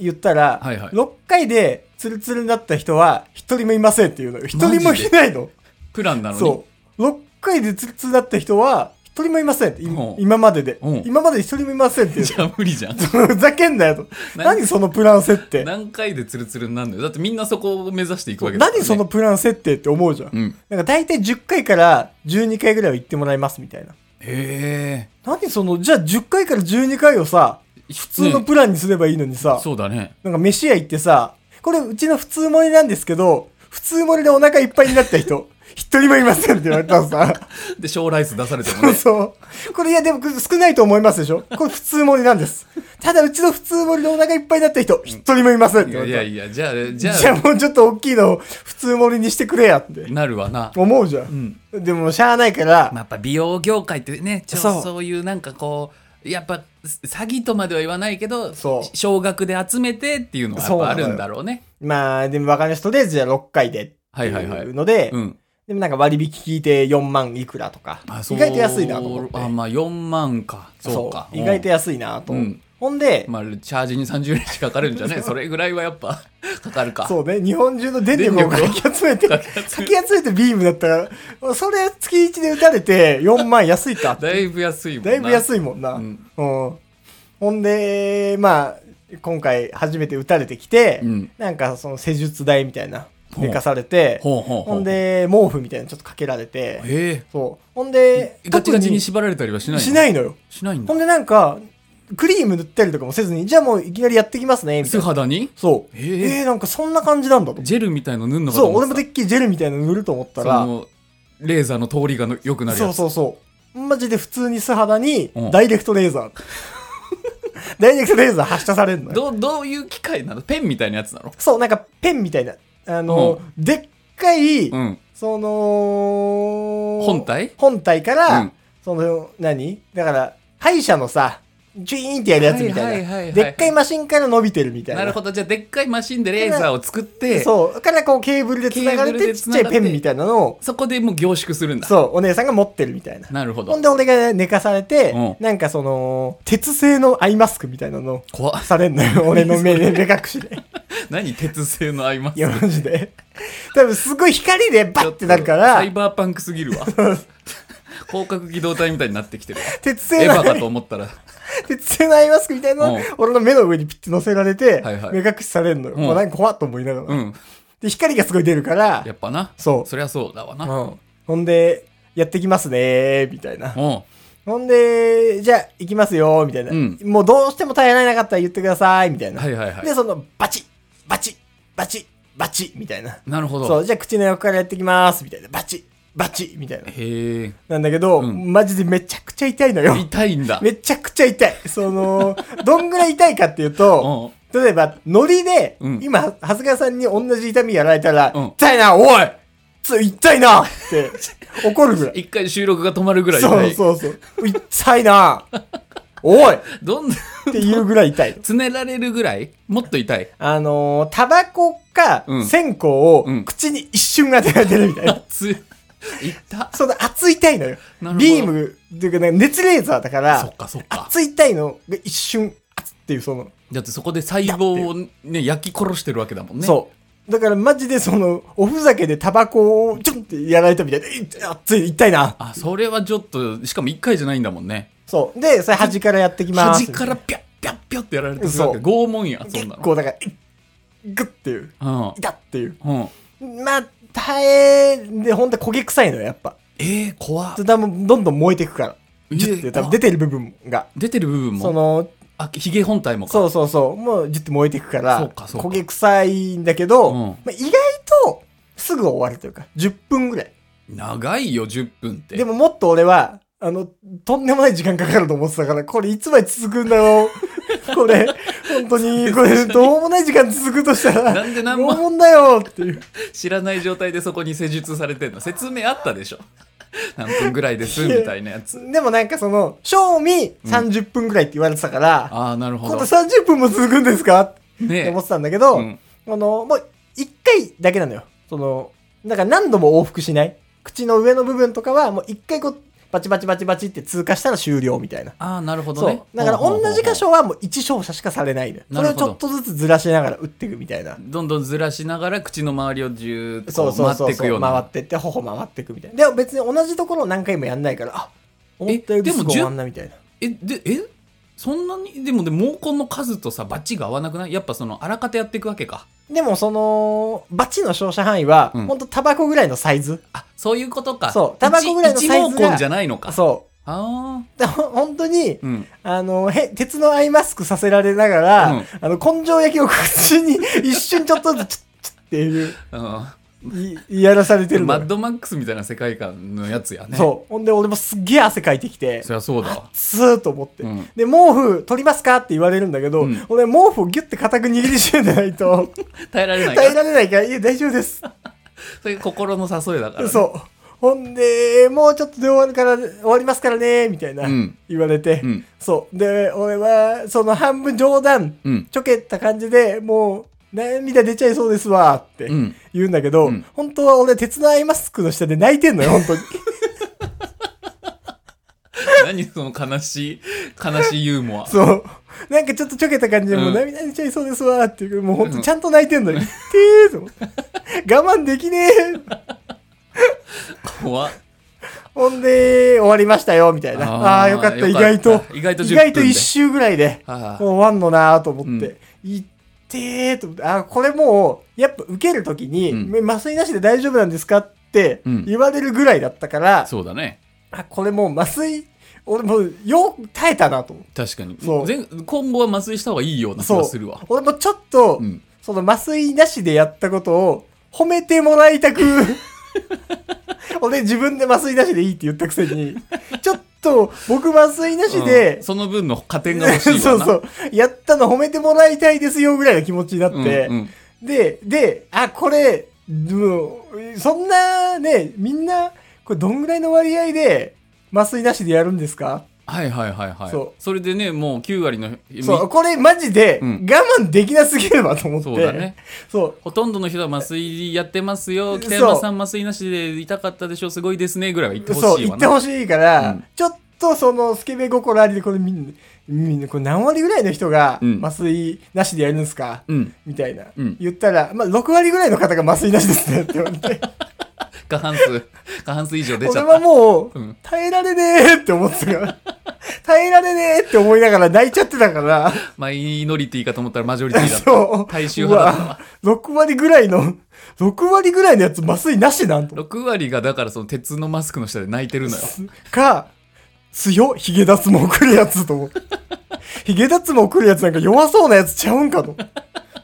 S2: 言ったら、
S1: はいはい
S2: 6回でツルツルになった人は一人もいませんっていうのよ。一人も
S1: マジで
S2: いないの。
S1: プランなのに
S2: そう。6回でツルツルになった人は一人もいませんって。い
S1: うん
S2: 今までで
S1: うん。
S2: 今まで一人もいませんってい
S1: <laughs>
S2: う
S1: じ。ゃあ無理じゃん
S2: <laughs> ふざけんなよと。
S1: 何
S2: 何そのプラン設定。
S1: 何回でツルツルになるのよだってみんなそこを目指していくわけだから、ね、
S2: 何そのプラン設定って思うじゃん。
S1: うんへ
S2: なんか大体10回から12回ぐらいは行ってもらいますみたいな。
S1: え
S2: 何その、じゃあ10回から12回をさ、
S1: 普
S2: 普通のプランにすればいいのにさ、
S1: そうだね
S2: なんか飯屋行ってさ、これうちの普通盛りなんですけど、普通盛りでお腹いっぱいになった人、 <laughs> 一人もいませんって言われたのさ、
S1: で小ライス出されても
S2: <laughs> そう
S1: ね
S2: そう。これいやでも少ないと思いますでしょこれ普通盛りなんです。ただうちの普通盛りでお腹いっぱいになった人、一人もいませんって
S1: い
S2: 言
S1: や
S2: わ
S1: い
S2: れ
S1: や
S2: た。
S1: いやじゃあじ
S2: じ
S1: ゃ
S2: ゃ
S1: あ
S2: あもうちょっと大きいのを普通盛りにしてくれやって
S1: なるわな
S2: 思うじゃん。
S1: ん
S2: でもしゃあないから、
S1: まあやっぱ美容業界ってねちょ
S2: そう
S1: そういうなんかこうやっぱ詐欺とまでは言わないけど
S2: そう
S1: 少額で集めてっていうのがやっぱあるんだろうね
S2: まあでもわかりました。とりあえずじゃあ6回でってい
S1: はいはいはいう
S2: ので
S1: う、ん
S2: でもなんか割引聞いて4万いくらとか
S1: あ、そ
S2: 意
S1: う
S2: 外と安いなと思って。
S1: あまあ4万かそうか
S2: 意外と
S1: うん
S2: 安いなと、
S1: うん
S2: ほんで、
S1: まあチャージに30円しかかかるんじ
S2: <laughs>
S1: ゃないそれぐらいはやっぱ <laughs> かかるか
S2: そうね日本中の電力を
S1: 電
S2: か
S1: 力を
S2: き集めて
S1: か
S2: か
S1: き集めて
S2: き集めてビームだったらそれ月1で打たれて4万安いかって
S1: だいぶ安いもんな
S2: だいぶ
S1: い
S2: 安いもんな、
S1: う
S2: うんんほんでまあ今回初めて打たれてきて、
S1: うん
S2: なんかその施術台みたいな
S1: ほう
S2: 寝かされて
S1: ほうほうほう
S2: ほんで毛布みたいなのちょっとかけられて
S1: え
S2: そうほんで
S1: えガチガチに
S2: し
S1: 縛られたりはしないの
S2: しないのよ
S1: しないんだ
S2: ほんでなんかクリーム塗ったりとかもせずにじゃあもういきなりやってきますねみたいな
S1: 素肌に
S2: そう。
S1: えー
S2: えー、なんかそんな感じなんだと。
S1: ジェルみたいの塗んのかと
S2: そう、
S1: 思って
S2: 俺もてっきりジェルみたいなの塗ると思った
S1: た
S2: ら
S1: そ、のレーザーの通りがの良くなる
S2: そ
S1: や
S2: う
S1: つ
S2: そうそう。マジで普通に素肌に
S1: うん、
S2: ダイレクトレーザー。 <laughs> ダイレクトレーザー発射されるのよ。
S1: どうどういう機械なのペンみたいなやつなの
S2: そう、なんかペンみたいな、あの、でっかい、
S1: うん
S2: その、
S1: 本体
S2: 本体か
S1: う
S2: ら、
S1: ん
S2: その、何だから、歯医者のさ、ジュイーンってやるやつみ
S1: は
S2: た
S1: いは
S2: い
S1: いはいはい
S2: な。でっかいマシンから伸びてるみたいな。
S1: なるほどじゃあでっかいマシンでレーザーを作ってそ
S2: そう。からこうケーブルで繋が
S1: ケ
S2: れ
S1: ーブル
S2: て、
S1: で
S2: ちっちゃいペンみたいなのを、
S1: こでもう凝縮するんだ
S2: そう、お姉さんが持ってるみたいな。
S1: なるほ
S2: ほ
S1: ど
S2: んで俺が寝かされて、
S1: うん
S2: なんかその、鉄製のアイマスクみたいなの
S1: 怖っ
S2: されんの
S1: <laughs>
S2: よ。俺の目で目隠しで。
S1: 何鉄製の合いま
S2: い
S1: す
S2: や、マジで。多分すごい光でバッてなるから
S1: サイ、バーパンクすぎる
S2: <laughs>
S1: わ広角機動隊みたいになってきてるわ
S2: 鉄製
S1: エヴ
S2: の
S1: ァ、かと思ったら
S2: 鉄製のアイマスクみたいなの
S1: うん
S2: 俺の目の上にピッて乗せられて、
S1: はいはい
S2: 目隠しされんのよ。
S1: うん
S2: もうなんか怖っと思いながら。
S1: うん
S2: で、光がすごい出るから
S1: や、っぱな
S2: そう
S1: そりゃそうだわな
S2: うんほんで、やってきますねー、みたいな。
S1: うん
S2: ほんで、じゃあ、行きますよ、みたいな、
S1: うん
S2: もうどうしても耐えられなかったら言ってください、みたいな。
S1: はいはいはい
S2: で、その、バチッ、バチッ、バチッ、バチッ、みたいな。
S1: なるほ
S2: そ
S1: ど
S2: う、じゃあ口の横からやってきます、みたいな。バチッ、バチッ、みたいな。
S1: へえ
S2: なんだけど、
S1: うん
S2: マジでめちゃくちゃ痛いのよ。
S1: 痛いんだ
S2: めちゃくちゃ痛い。その、どんぐらい痛いかっていうと、
S1: うん
S2: 例えば、ノリで、
S1: うん
S2: 今、長谷川さんに同じ痛みやられたら、
S1: うん
S2: 痛いな、おいつ痛いなって怒るぐらい。
S1: 一回収録が止まるぐらい
S2: そ
S1: <laughs> 痛
S2: う
S1: い
S2: そ
S1: <laughs>
S2: うそう。痛いなおい
S1: どんな
S2: っていうぐらい痛い。
S1: つねられるぐらいもっと痛い
S2: あのータバコか
S1: うん
S2: 線香を
S1: うん
S2: 口に一瞬当てられてるみたいな。
S1: <laughs> 熱いった
S2: その熱い痛いのよ
S1: なるほど。
S2: ビームっていうか、ね、熱レーザーだか
S1: そ
S2: ら
S1: っ、かそっか
S2: 熱い痛いのが一瞬、熱っていうその、
S1: だってそこで細胞をね焼き殺してるわけだもんね
S2: そう。だからマジでその、おふざけでタバコをちょんってやられたみたいな、いっ熱い、痛いな。
S1: あそれはちょっとしかも1回じゃないんだもんね
S2: そう。で、それ端からやってきます。
S1: 端からピャッピャッピャッってやられてる
S2: そ
S1: わ
S2: う
S1: け拷問やそん
S2: 結
S1: なの
S2: 構だから、いっグッっていう、痛っていう。
S1: うん、うん、
S2: まあ、耐え、で、ほんと焦げ臭いのよ、やっぱ。
S1: えー、怖っ
S2: だんだんどんどん燃えていくから。ジュッて
S1: え
S2: 多分
S1: あ
S2: 出てる部分が。
S1: 出てる部分
S2: そ
S1: も
S2: の、
S1: あひげ本体もか
S2: そうそうそう、もうジュッて燃えていくから、
S1: そうかそうか
S2: 焦げ臭いんだけど、
S1: うん
S2: まあ、意外とすぐ終わるというか、10分ぐらい。
S1: 長いよ10分って
S2: でももっと俺は、あの、とんでもない時間かかると思ってたから、これいつまで続くんだろう。 <laughs> これ、本当に、これ、どうもない時間続くとしたら、
S1: なんで何
S2: 拷
S1: も
S2: 問だよっていう。
S1: 知らない状態でそこに施術されてんの説明あったでしょ <laughs> 何分ぐらいですみたいなやつ
S2: でもなんかその、賞味30分ぐらいって言われてたから、
S1: ああなるほ
S2: 今
S1: ど
S2: 度30分も続くんですかっ
S1: ね
S2: て
S1: え
S2: 思ってたんだけど、
S1: うん
S2: あの、もう一回だけなのよ。その、だから何度も往復しない。口の上の部分とかは、もう一回こう、バチバチバチバチって通過したら終了みたいな。
S1: ああなるほど
S2: そ
S1: ね
S2: う。だから
S1: ほうほう
S2: 同
S1: ほう
S2: じ箇所はもう1照射しかされないのよ。そ
S1: な
S2: れ
S1: る
S2: を
S1: ほど
S2: ちょっとずつずらしながら打っていくみたいな。
S1: どんどんずらしながら口の周りをじゅーっと
S2: そう
S1: こ
S2: そう
S1: う回っ
S2: そう
S1: ていく
S2: そ
S1: よう
S2: う。回っ
S1: な
S2: てって、頬回っていくみたいな。でも別に同じところを何回もやんないから、あ思ったより
S1: え
S2: す
S1: で
S2: ぐ
S1: も
S2: 終わんなみたいな。
S1: えでえそんなにでもで毛根の数とさバッチが合わなくないやっぱそのあらかたやっていくわけか
S2: でもその、バチの照射範囲は、
S1: うん
S2: ほんとタバコぐらいのサイズ。
S1: あそういうことか
S2: そうタバコぐらいの
S1: 一
S2: サイズが
S1: 一毛根じゃないのか
S2: そ
S1: あ
S2: う。でほ本当に
S1: あ、うん
S2: あの、へ、鉄のアイマスクさせられながら、
S1: うん
S2: あの、根性焼きを口に一瞬ちょっとずつ、チッチッっていう、
S1: うん
S2: いやらされてるの
S1: マ
S2: よ
S1: ッドマックスみたいな世界観のやつやね
S2: そう。ほんで俺もすっげえ汗かいてきて
S1: そ、りゃそうだわ
S2: スーッと思って。
S1: うん
S2: で、毛布取りますかって言われるんだけど、
S1: うん
S2: 俺毛布をギュッて固く握りしめてないと、
S1: 耐えら <laughs> れないか
S2: <laughs> 耐え
S1: ら
S2: られないから、いや、大丈夫です。
S1: そういう心の誘いだから、ね、
S2: そう。ほんで、もうちょっとで終わるから、終わりますからね、みたいな、
S1: うん
S2: 言われて、
S1: うん
S2: そう。で、俺は、その半分冗談、
S1: うん
S2: ちょけた感じで、もう、涙出ちゃいそうですわ、って
S1: うん
S2: 言うんだけど、
S1: うん
S2: 本当は俺、鉄のアイマスクの下で泣いてんのよ、本当に。
S1: 何その悲しい悲しいユーモア
S2: そう。なんかちょっとちょけた感じで、もううん涙出ちゃいそうですわーっていう、もうほん
S1: う
S2: と
S1: ん
S2: ちゃんと泣いてんのに、痛えと思って。我慢できねえ。
S1: 怖っ
S2: ほんで、終わりましたよ、みたいな。ああー、よかった、意外と。
S1: 意外と10
S2: 意
S1: 分
S2: 外と
S1: で
S2: 一周ぐらいで、
S1: あ
S2: もう
S1: あ
S2: 終わんのなーと思っ
S1: う
S2: て。行ってーと思って、あーこれもう、やっぱ受けるときに、
S1: うん
S2: 麻酔なしで大丈夫なんですかって
S1: うん
S2: 言われるぐらいだったから、
S1: そうだね
S2: あ、これもう麻酔、俺もう、よく耐えたなと思って。
S1: 確かに
S2: そう
S1: 前今後は麻酔した方がいいような気
S2: そ
S1: がする
S2: う
S1: わ。
S2: 俺もちょっと、
S1: うん
S2: その麻酔なしでやったことを褒めてもらい <laughs> たく俺自分で麻酔なしでいいって言ったくせにちょっと僕麻酔なし
S1: う
S2: で
S1: ん、その分の加点が欲しい
S2: そ
S1: わ
S2: う
S1: な
S2: <laughs> そうやったの褒めてもらいたいですよぐらいの気持ちになって、
S1: うんうん
S2: でであこれもうそんなねみんなこれどんぐらいの割合で麻酔なしでやるんですか
S1: はいはいはいはい
S2: そ
S1: それでねもう9割の
S2: そうこれマジで
S1: う
S2: 我
S1: ん
S2: 慢できなすぎるわと思って、
S1: そうだね
S2: そう
S1: ほとんどの人は麻酔やってます
S2: そう
S1: よ北山さん麻酔なしで痛かったでしょすごいですねぐらいは言ってほ
S2: そ
S1: し
S2: う、
S1: い
S2: 言
S1: わ
S2: って
S1: な
S2: ほしいから、
S1: うん
S2: ちょっとそのスケベ心ありで、これみんな、みんな、これ何割ぐらいの人が
S1: うん
S2: 麻酔なしでやるんですか、
S1: うん
S2: みたいな、
S1: うん
S2: 言ったら、まあ、6割ぐらいの方が麻酔なしですねって言われ
S1: <laughs>
S2: て、
S1: 過半数過半数以上出ち
S2: 俺
S1: ゃっ
S2: は
S1: た
S2: もう、
S1: うん
S2: 耐えられねえって思ってた
S1: <laughs>
S2: から、耐えられねえって思いながら泣いちゃってたから、
S1: マイノリティかと思ったらマジョリティだった
S2: そう。
S1: 大衆派だったわ
S2: うわ6割ぐらいの、6割ぐらいのやつ麻酔なしなんと。
S1: 6割がだからその鉄のマスクの下で泣いてるのよ
S2: か、強い、ヒゲ脱毛来るやつと思って。ヒゲ脱毛来るやつなんか弱そうなやつちゃうんかと。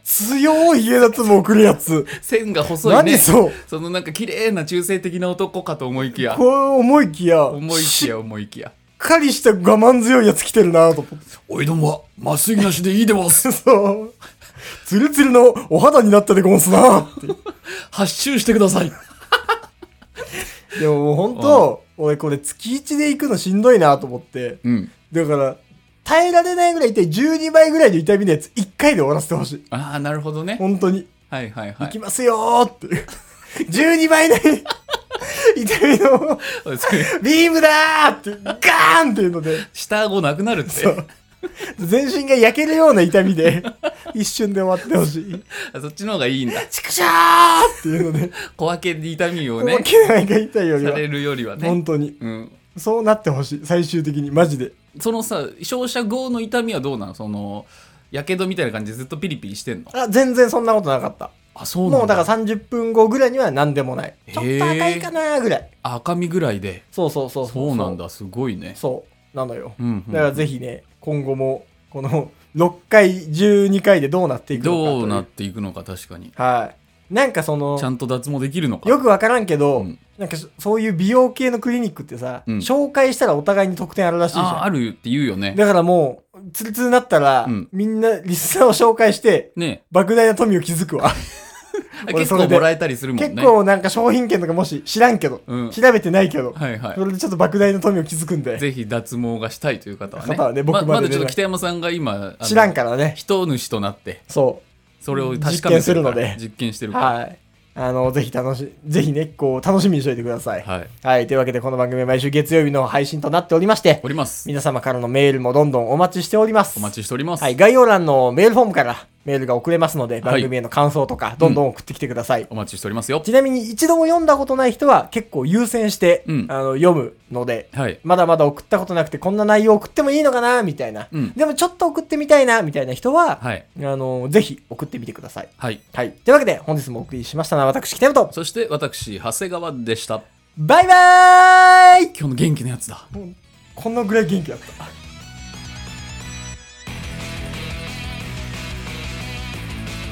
S2: 強いヒゲ脱毛来るやつ。
S1: 線が細いね
S2: 何そう。
S1: そのなんか綺麗な中性的な男かと思いきや
S2: こう思いきや、
S1: 思いき
S2: しっ
S1: や思いきや
S2: かりした我慢強いやつ来てるなと思っ
S1: おいどもは麻酔なしでいいでま
S2: て。
S1: す
S2: そう。ツルツルのお肌になったでゴンスなって。
S1: 発注してください
S2: でももうほんと、俺これ月1で行くのしんどいなと思って。
S1: うん
S2: だから、耐えられないぐらい痛い12倍ぐらいの痛みのやつ1回で終わらせてほしい。
S1: ああなるほどね
S2: 本当に。
S1: はいはいは
S2: 行き
S1: い
S2: ますよーっていう。12倍の痛みの
S1: そういう
S2: ビームだーって、ガーンっていうので、
S1: 下顎なくなるって
S2: そう全身が焼けるような痛みで、一瞬で終わってほしい。
S1: あそっちの方がいいんだ
S2: ちくしゃーっていうので、
S1: 小分けで痛みを
S2: も
S1: ね
S2: うけないが痛いより
S1: さ
S2: は、
S1: れるよりはね
S2: 本当に。
S1: うん
S2: そうなってほしい。最終的に、マジで。
S1: そのさ照射後の痛みはどうなのそのやけどみたいな感じでずっとピリピリしてんの
S2: あ、全然そんなことなかった。
S1: あそうなんだ
S2: もうだから30分後ぐらいには何でもない。
S1: へー
S2: ちょっと赤いかなーぐらい。
S1: 赤身ぐらいで
S2: そうそうそう
S1: そうなん。だすごいね
S2: そう。なのよ。
S1: うんうん
S2: だからぜひね、今後も、この <laughs> 6回、12回でどうなっていくのかとい
S1: どうなっていくのか確かに
S2: はい。なんかその
S1: ち、ゃんと脱毛できるのか
S2: よくわからんけど、
S1: うん
S2: なんかそそういう美容系のクリニックってさ、
S1: うん
S2: 紹介したらお互いに得点あるらしいじ
S1: ああ
S2: ゃ
S1: あるって言うよね
S2: ん。だからもう、ツルツルになったら、
S1: うん
S2: みんなリスナーを紹介して、
S1: ね
S2: 莫大な富を築くわ。俺
S1: 結
S2: それ
S1: 構
S2: で
S1: もらえたりするもんね
S2: 結構なんか商品券とかもし知らんけど、
S1: うん
S2: 調べてないけど、
S1: はいはい
S2: それでちょっと莫大な富を築くんで、
S1: ぜひ脱毛がしたいという方はね
S2: 方はね僕まで
S1: だちょっ
S2: 連
S1: と
S2: 絡
S1: 北山さんが今あの
S2: 知らんからね。
S1: 人主となって
S2: そ
S1: それを確
S2: 実
S1: かめて
S2: 験するので
S1: 実験して
S2: う。
S1: るから
S2: はい。あの、ぜひ楽し、ぜひね、こう、楽しみにしておいてください。
S1: はい
S2: はい。というわけで、この番組は毎週月曜日の配信となっておりまして
S1: お、ります
S2: 皆様からのメールもどんどんお待ちしております。
S1: お待ちしております
S2: はい、概要欄のメールフォームからメールが送れますので、
S1: はい
S2: 番組への感想とか、どんどん送ってきてください。
S1: お待ちしておりますよ
S2: ちなみに、一度も読んだことない人は結構優先して、
S1: うん
S2: あの読むので、
S1: はい
S2: まだまだ送ったことなくて、こんな内容送ってもいいのかな、みたいな、
S1: うん
S2: でもちょっと送ってみたいな、みたいな人は、
S1: はい
S2: あのぜひ送ってみてください。
S1: はい
S2: はい。というわけで、本日もお送りしましたのは、私、北山と、
S1: そして私長谷川でした
S2: バイバーイ
S1: 今日の元気なやつだ
S2: こんなぐらい元気だった。